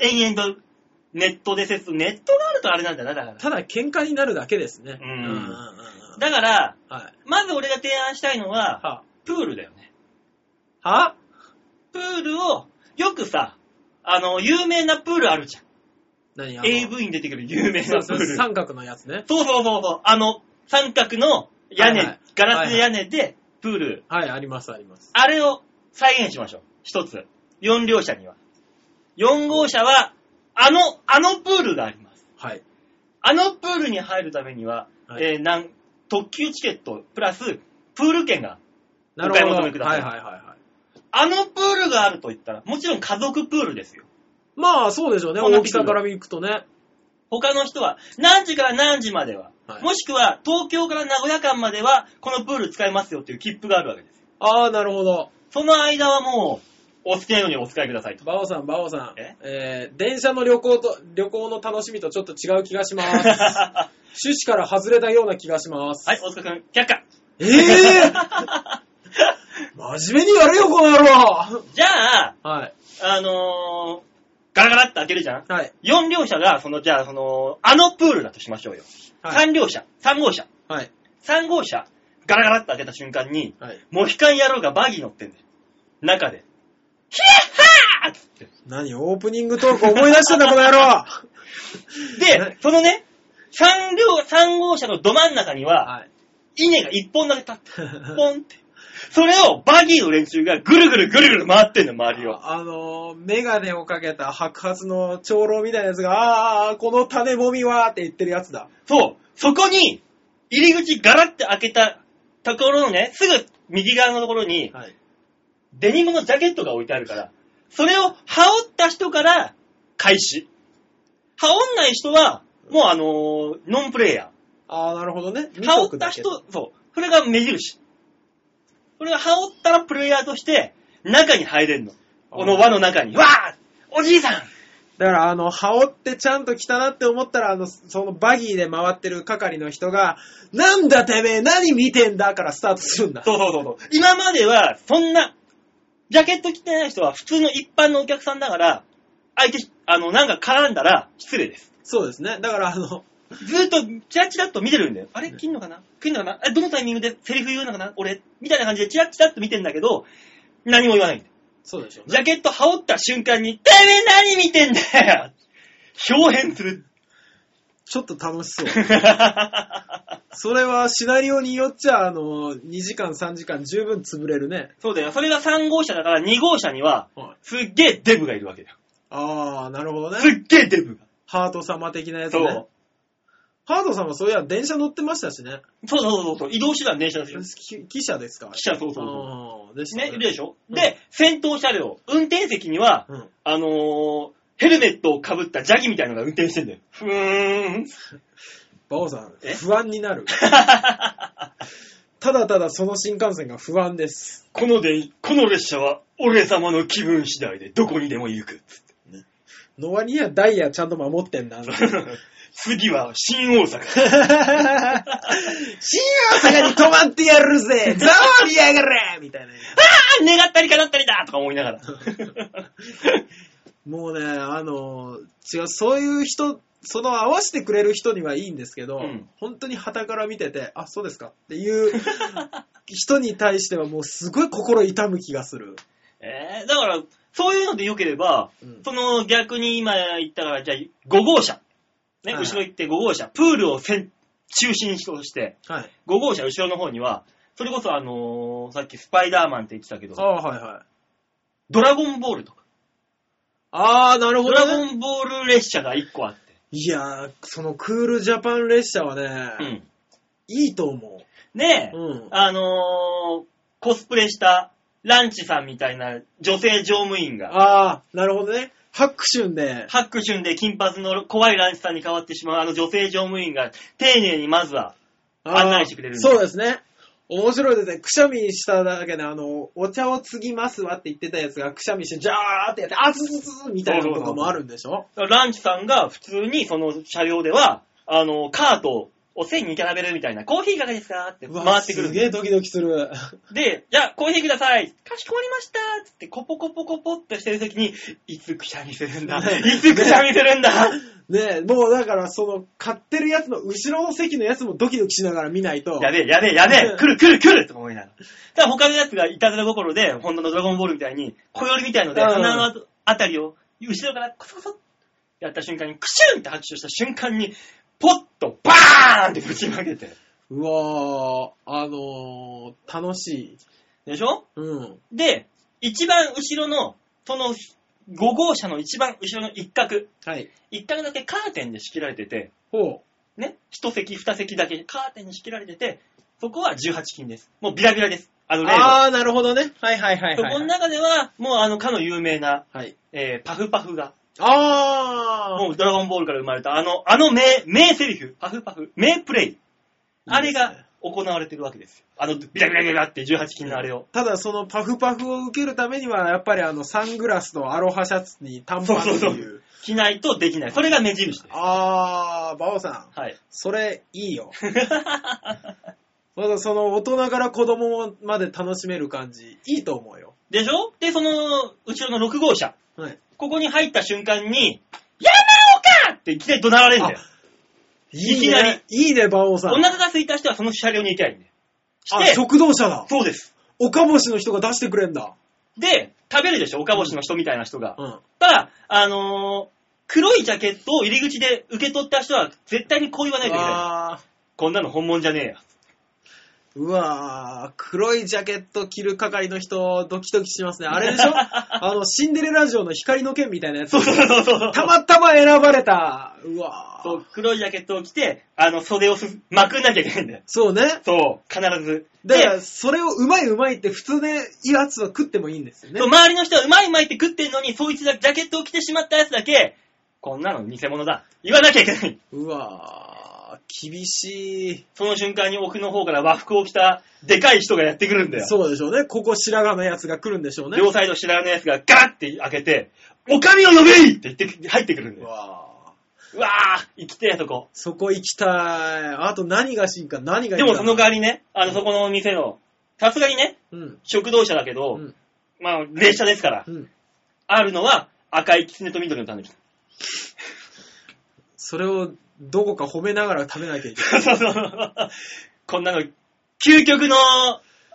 B: 延々とネットで接する。ネットがあるとあれなんだな、だから。
C: ただ、喧嘩になるだけですね。
B: うん
C: うんうんうん
B: だから、
C: はい。
B: まず俺が提案したいのは、
C: は
B: プールだよね。
C: は
B: プールを、よくさ、あの、有名なプールあるじゃん。
C: 何あの
B: AV に出てくる有名
C: そ
B: な
C: う
B: プ
C: そ
B: ー
C: う
B: ル。
C: 三角のやつね。
B: そうそうそうそう。あの、三角の屋根、
C: はいはい
B: ガラス屋根でプール、
C: はい、あります、あります。
B: あれを再現しましょう。一つ。四両車には。四号車は、あの、あのプールがあります。
C: はい。
B: あのプールに入るためには、
C: はい
B: えーなん、特急チケットプラス、プール券がある。
C: なるほ
B: お買い求
C: ど。は
B: め
C: い
B: くださ
C: はいいはいはい。
B: あのプールがあると言ったら、もちろん家族プールですよ。
C: まあ、そうでしょうね。
B: こんな
C: 大きさから見くとね。
B: 他の人は、何時から何時までは、
C: はい
B: もしくは東京から名古屋間までは、このプール使えますよっていう切符があるわけです。
C: ああ、なるほど。
B: その間はもう、お好きなようにお使いくださいと。
C: バオさん、バオさん。
B: え
C: えー電車の旅行と、旅行の楽しみとちょっと違う気がします。 趣旨から外れたような気がします。
B: はい、大塚くん、却下。
C: ええー、真面目にやれよ、この野郎
B: じゃあ、
C: はい。
B: あのー、ガラガラって開けるじゃん
C: はい。
B: ?4 両車が、その、じゃあ、その、あのプールだとしましょうよ。
C: はい。
B: 3両車、3号車、
C: はい。
B: 3号車、ガラガラって開けた瞬間に、
C: はい。
B: モヒカン野郎がバギー乗ってんだよ。中で。ヒヤッハーっつって。
C: 何、オープニングトーク思い出したんだ、この野郎
B: で、そのね、3両、3号車のど真ん中には、
C: はい。
B: 稲が1本だけ立ってる。ポンって。それをバギーの連中がぐるぐるぐるぐる回ってんの、周りを。
C: あのー、メガネをかけた白髪の長老みたいなやつが、あーあー、この種もみはって言ってるやつだ。
B: そう、そこに、入り口ガラッて開けたところのね、すぐ右側のところに、
C: はい。
B: デニムのジャケットが置いてあるから、それを羽織った人から開始。羽織んない人は、もうあのーノンプレイヤ
C: ああ、なるほどね。
B: ー。羽織った人、そう、それが目印。それが羽織ったらプレイヤーとして、中に入れんの。この輪の中に。わーおじいさん
C: だから、あの、羽織ってちゃんと来たなって思ったら、あの、そのバギーで回ってる係の人が、なんだてめえ、何見てんだからスタートするんだ。
B: そうそうそうそう。今までは、そんな、ジャケット着てない人は普通の一般のお客さんだから、相手、あの、なんか絡んだら失礼です。
C: そうですね。だから、あの、
B: ずーっとチラチラっと見てるんだよ。あれ切んのかな切んのかなえ、どのタイミングでセリフ言うのかな俺みたいな感じでチラチラっと見てんだけど、何も言わないんだよ。
C: そうでしょう
B: ジ
C: ね。
B: ャケット羽織った瞬間に、てめえ何見てんだよ表変する。
C: ちょっと楽しそう。それはシナリオによっちゃ、あの、2時間、3時間十分潰れるね。
B: そうだよ。それが3号車だから2号車には、
C: はい。
B: すっげえデブがいるわけだよ。
C: あー、なるほど
B: す
C: ね。
B: っげえデブが。
C: ハート様的なやつ
B: そう。
C: ね。ハート様そういや、電車乗ってましたしね。
B: そうそうそうそう。移動手段電車ですよ。
C: き汽車ですか
B: 汽車、そうそうそ
C: あーでし
B: う。
C: た
B: ね、いるでしょ、
C: うん
B: で、先頭車両、運転席には、
C: うん。
B: あのー、ヘルメットをかぶったジャギみたいなのが運転してんだよ。ふーん。
C: バオさん
B: え、
C: 不安に なる。ただただその新幹線が不安です。
B: こので、この列車は、俺様の気分次第でどこにでも行く。
C: の割にはダイヤちゃんと守ってん だ。
B: 次は、新大 阪。
C: 新大阪に泊まってやるぜざわりやがれみたいな。
B: あー願ったり叶ったりだとか思いな がら。
C: もうね、あの、違う、そういう人、その合わせてくれる人にはいいんですけど、
B: うん
C: 本当に旗から見てて、あ、そうですかっていう 人に対してはもうすごい心痛む気がする。
B: えー、だから、そういうので良ければ、
C: うん
B: その逆に今言ったから、じゃあ5号車。ね、
C: はい
B: 後ろ行って5号車。プールを先中心として、
C: はい。
B: 5号車後ろの方には、それこそあのーさっきスパイダーマンって言ってたけど
C: あ、あ、はいはい。
B: ドラゴンボールとか、
C: ああ、なるほ
B: ド
C: ど、
B: ラ
C: ね。
B: ゴンボール列車が1個あって。
C: いやー、そのクールジャパン列車はね、
B: うん。
C: いいと思
B: ねえ、
C: う。うん。
B: あのーコスプレしたランチさんみたいな女性乗務員が、
C: ああ、なるほどね。拍手で、
B: 白春で金髪の怖いランチさんに変わってしまうあの女性乗務員が、丁寧にまずは、
C: あー
B: 案内してくれるんだ
C: そうですね。面白いですね。くしゃみしただけで、あの、お茶を継ぎますわって言ってたやつが、くしゃみして、ジャーってやって、あつつつみたいなこともあるんでしょ
B: ランチさんが普通にその車両では、あの、カートを線に並べるみたいな、コーヒーいかがですかって
C: うわ
B: 回ってくる
C: すげえドキドキする。
B: で、じゃあコーヒーください。かしこまりましたつってコポコポコポってしてる時に、いつくしゃみするんだいつくしゃみするんだ
C: ねえ、もうだから、その、買ってるやつの後ろの席のやつもドキドキしながら見ないと。
B: やべえ、やべえ、やべえ、来る来る来ると思いながら。ただ他のやつがいたずら心で、本当のドラゴンボールみたいに、小寄りみたいので、
C: うん
B: 鼻のあたりを、後ろからコソコソってやった瞬間に、クシュンって拍手した瞬間に、ポッとバーンってぶちまけて。
C: うわー、あのー、楽しい。
B: でしょ
C: うん。
B: で、一番後ろの、その5号車の一番後ろの一角、
C: はい。
B: 一角だけカーテンで仕切られてて、
C: ほ
B: ね、一席二席だけカーテンに仕切られてて、そこは18金です。もうビラビラです。あの
C: う。
B: 例の。
C: ああ、なるほどね。はいはいはい、
B: そ
C: はい。
B: この中では、もうあの、かの有名な、
C: はい。
B: えーパフパフが、
C: ああ
B: もうドラゴンボールから生まれた、あの、あの名、名セリフ、パフパフ、名プレイ。あれ
C: いいです
B: が行われてるわけですよ。あの、ビラビラビラって18金のあれを。
C: ただそのパフパフを受けるためには、やっぱりあの、サングラスとアロハシャツに短パンっていう。
B: そうそうそ着ないとできない。それが目印です。
C: あー、バオさん、
B: はい。
C: それいいよ。まだその大人から子供まで楽しめる感じ、いいと思うよ。
B: でしょで、その、後ろの6号車。
C: はい。
B: ここに入った瞬間に、山岡っていきなり怒鳴られるんだよ。いきなり
C: ね。いいね、バオさん。
B: お腹が空いた人はその車両に行けばいいんだよ。
C: あ、
B: して、
C: 食堂車だ。
B: そうです。
C: おかぼしの人が出してくれんだ。
B: で、食べるでしょ岡星の人みたいな人が。
C: うん。
B: ただ、あのー黒いジャケットを入り口で受け取った人は絶対にこう言わないといけない。
C: あー
B: こんなの本物じゃねえや。
C: うわー、黒いジャケット着る係の人、ドキドキしますね。あれで しょあの、シンデレラ城の光の剣みたいなやつ
B: そう。そうそう そう。
C: たまたま選ばれた。うわ
B: そう、黒いジャケットを着て、あの、袖をすまくんなきゃいけないんだよ。
C: そうね。
B: そう、必ず。
C: だ
B: で、
C: から、それをうまいうまいって普通ね、いいやつは食ってもいいんですよね
B: そう。周りの人はうまいうまいって食ってるのに、そいつがジャケットを着てしまったやつだけ、こんなの偽物だ。言わなきゃいけない。
C: うわー、厳しい。
B: その瞬間に奥の方から和服を着た、でかい人がやってくるんだよ。
C: そうでしょうね。ここ白髪のやつが来るんでしょうね。
B: 両サイド知らないやつがガラッて開けて、おかみを呼べいって言って入ってくるんだ
C: う
B: よ。
C: わー、
B: うわー、生きてえとこ。
C: そこ行きたい。あと何が進化、何がいい
B: で
C: か
B: もその代わりね、あの、そこのお店の、さすがにね、
C: うん。
B: 食堂車だけど、
C: うん
B: まあ、列車ですから、
C: うん。
B: あるのは、赤い狐と緑の種。
C: それをどこか褒めながら食べなきゃいけな い。
B: そうそうそう。こんなの、究極の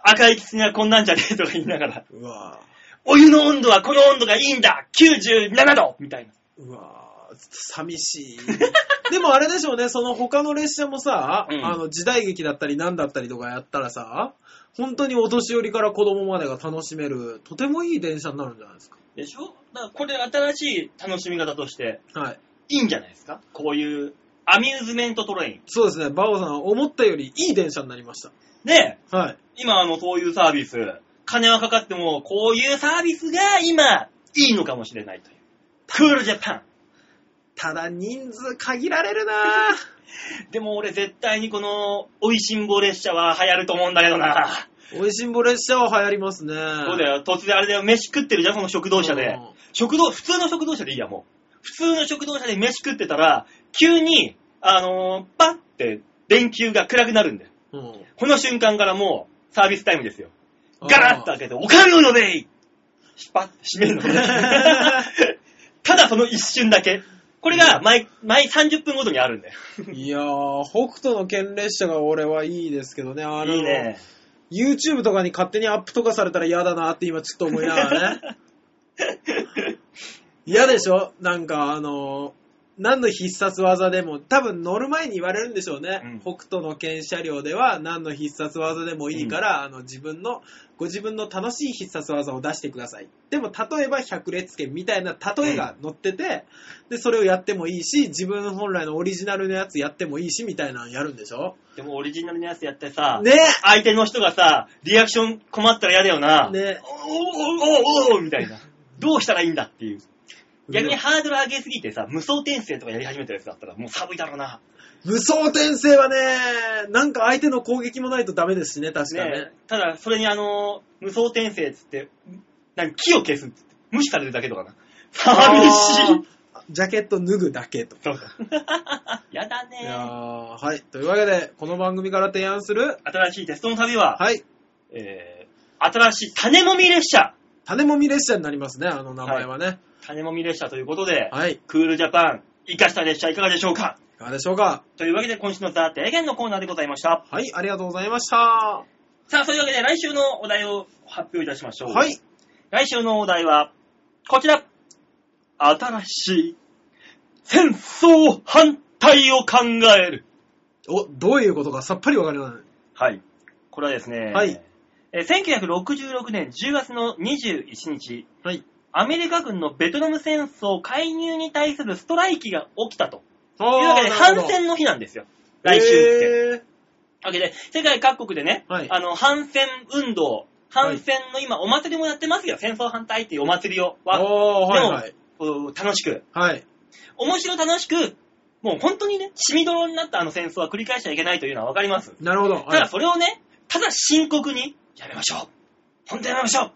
B: 赤い狐はこんなんじゃねえとか言いながら、
C: うわ
B: お湯の温度はこの温度がいいんだ !97 度みたいな。
C: ぁ、うわぁ、寂しい。 でもあれでしょうね、その他の列車もさ、
B: うん
C: あの時代劇だったり何だったりとかやったらさ、本当にお年寄りから子供までが楽しめる、とてもいい電車になるんじゃないですか。
B: でしょだからこれ新しい楽しみ方として、
C: はい。
B: いいんじゃないですかこういう、アミューズメントトレイン。
C: そうですね、バオさん、思ったよりいい電車になりまし
B: ね
C: た。はい。
B: 今、あの、そういうサービス、金はかかっても、こういうサービスが今、いいのかもしれないという。クールジャパン。
C: ただ人数限られるなぁ。
B: でも俺絶対にこの、美味しんぼ列車は流行ると思うんだけどな。
C: 美味しんぼ列車は流行りますね。
B: そうだよ、突然あれだよ、飯食ってるじゃん、この食堂車で。
C: うん
B: 食堂、普通の食堂車でいいや、もう。普通の食堂車で飯食ってたら、急に、あのーパッて、電球が暗くなるんだよ。
C: うん
B: この瞬間からもう、サービスタイムですよ。ガラッと
C: あ
B: 開けて、おかみを呼べいしぱ、閉めるの。 ただその一瞬だけ。これが毎、毎30分ごとにあるんだよ。
C: ーいやー、北斗の剣列車が俺はいいですけどね、あの、
B: いいね。
C: YouTube とかに勝手にアップとかされたら嫌だなって今ちょっと思いながらね。嫌でしょなんかあの、何の必殺技でも、多分乗る前に言われるんでしょうね。
B: うん
C: 北斗の剣車両では何の必殺技でもいいから、あの自分の、ご自分の楽しい必殺技を出してください。でも例えば百列拳みたいな例えが載ってて、で、それをやってもいいし、自分本来のオリジナルのやつやってもいいしみたいなのやるんでしょ
B: でもオリジナルのやつやってさ、
C: ね
B: 相手の人がさ、リアクション困ったら嫌だよな。
C: ね
B: おおおおおみたいな。どうしたらいいんだっていう。逆にハードル上げすぎてさ、無双転生とかやり始めたやつだったらもう寒いだろうな。
C: 無双転生はね、なんか相手の攻撃もないとダメですしね、確かね。
B: ねえただ、それにあのー無双転生っつって、何、木を消すっつって、無視されるだけとかな。寂しい。
C: あージャケット脱ぐだけと。
B: そうそう。やだ
C: い や
B: ね
C: ーはい。というわけで、この番組から提案する、
B: 新しいテストの旅は、
C: はい。
B: えー、新しい種もみ列車。
C: 種もみ列車になりますね、あの名前はね。
B: 種もみ列車ということで、
C: はい。い
B: クールジャパン、生かした列車いかがでしょうか
C: かがでしょうか
B: というわけで今週のザ・提言のコーナーでございました。
C: はい、ありがとうございました。は
B: さあ、そういうわけで来週のお題を発表いたしましょう。
C: い。
B: 来週のお題は、こちら。新しい戦争反対を考える。
C: お、どういうことかさっぱりわからない。
B: はい。これはですね、
C: はい
B: えー1966年10月の21日、
C: はい。
B: アメリカ軍のベトナム戦争介入に対するストライキが起きたと
C: と
B: いうわけで、反戦の日なんですよ。来週って。
C: って。
B: わけで、世界各国でね、
C: はい
B: あの、反戦運動、反戦の今、お祭りもやってますよ。戦争反対っていうお祭りを、
C: あー
B: は、
C: はいはい。
B: こう楽しく、
C: はい。
B: 面白楽しく、もう本当にね、染み泥になったあの戦争は繰り返しちゃいけないというのはわかります。
C: なるほど。
B: た
C: は
B: だ
C: い
B: それをね、ただ深刻に、やめましょう本当やめましょうっ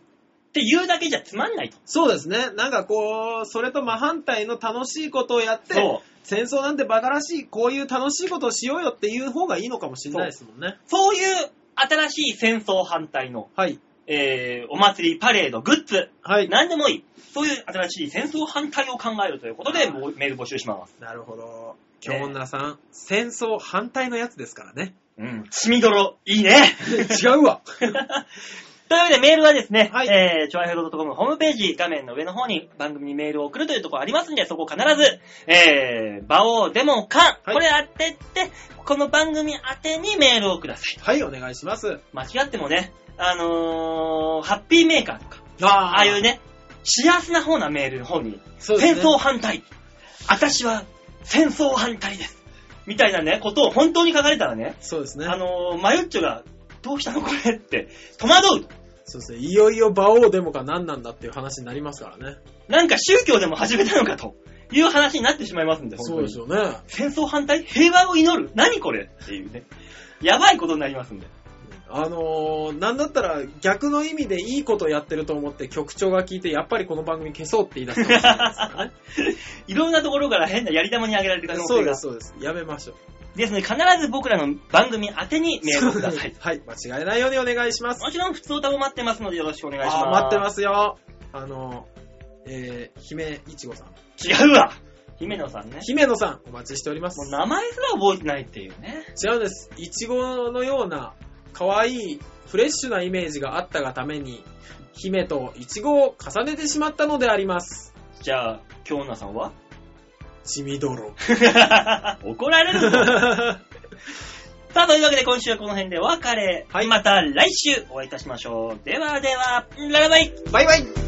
B: て言うだけじゃつまんないと。
C: そうですね。なんかこう、それと真反対の楽しいことをやって、
B: そう。
C: 戦争なんてバカらしい、こういう楽しいことをしようよっていう方がいいのかもしれないですもんね。
B: そういう新しい戦争反対の、
C: はい。
B: えー、お祭り、パレード、グッズ、
C: はい。
B: 何でもいい。そういう新しい戦争反対を考えるということで、もうメール募集します。
C: なるほど。京女さん、戦争反対のやつですからね。
B: うん。血みどろ、いい ね。
C: 違うわ。
B: というわけでメールはですね、
C: はい
B: えー、ちょあへドットコムホームページ、画面の上の方に番組にメールを送るというところありますんで、そこ必ず、えー、場をでもか、
C: はい
B: これ当てて、この番組宛てにメールをください。
C: はい、お願いします。
B: 間違ってもね、あのー、ハッピーメーカーとか、
C: あ
B: ああいうね、幸せな方なメールの方に、
C: そうです
B: 戦
C: ね
B: 争反対。私は戦争反対です。みたいなね、ことを本当に書かれたらね、
C: そうですね
B: あ。のー、マヨッチョが、どうしたのこれって、戸惑う。
C: そうですね。いよいよ馬王デモか何なんだっていう話になりますからね。
B: なんか宗教でも始めたのかという話になってしまいますんで、本
C: そ
B: 当
C: う
B: に
C: でしょうね。
B: 戦争反対平和を祈る何これっていうね。やばいことになりますんで。
C: あのー、なんだったら逆の意味でいいことやってると思って局長が聞いて、やっぱりこの番組消そうって言い出したかもしれないですからね
B: いろんなところから変なやり玉に上げられる可能
C: そ
B: 性
C: うで
B: が。
C: す、そうです。やめましょう。
B: ですので、必ず僕らの番組宛てにメールをください。
C: はい、間違いないようにお願いします。
B: もちろん、普通歌も待ってますのでよろしくお願いします。
C: あー待ってますよ。あの、えー、姫いちごさん。
B: 違うわ姫野さんね。
C: 姫野さん、お待ちしており
B: も
C: ま
B: う
C: す。
B: 名前すら覚えてないっていうね。
C: 違うんです。いちごのような、可愛い、フレッシュなイメージがあったがために、姫といちごを重ねてしまったのであります。
B: じゃあ、京奈さんは
C: ちみどろ。
B: 怒られるぞ。さあ、というわけで今週はこの辺でお別れ。はい、また来週お会いいたしましょう。ではでは、ララバイ
C: バイバイ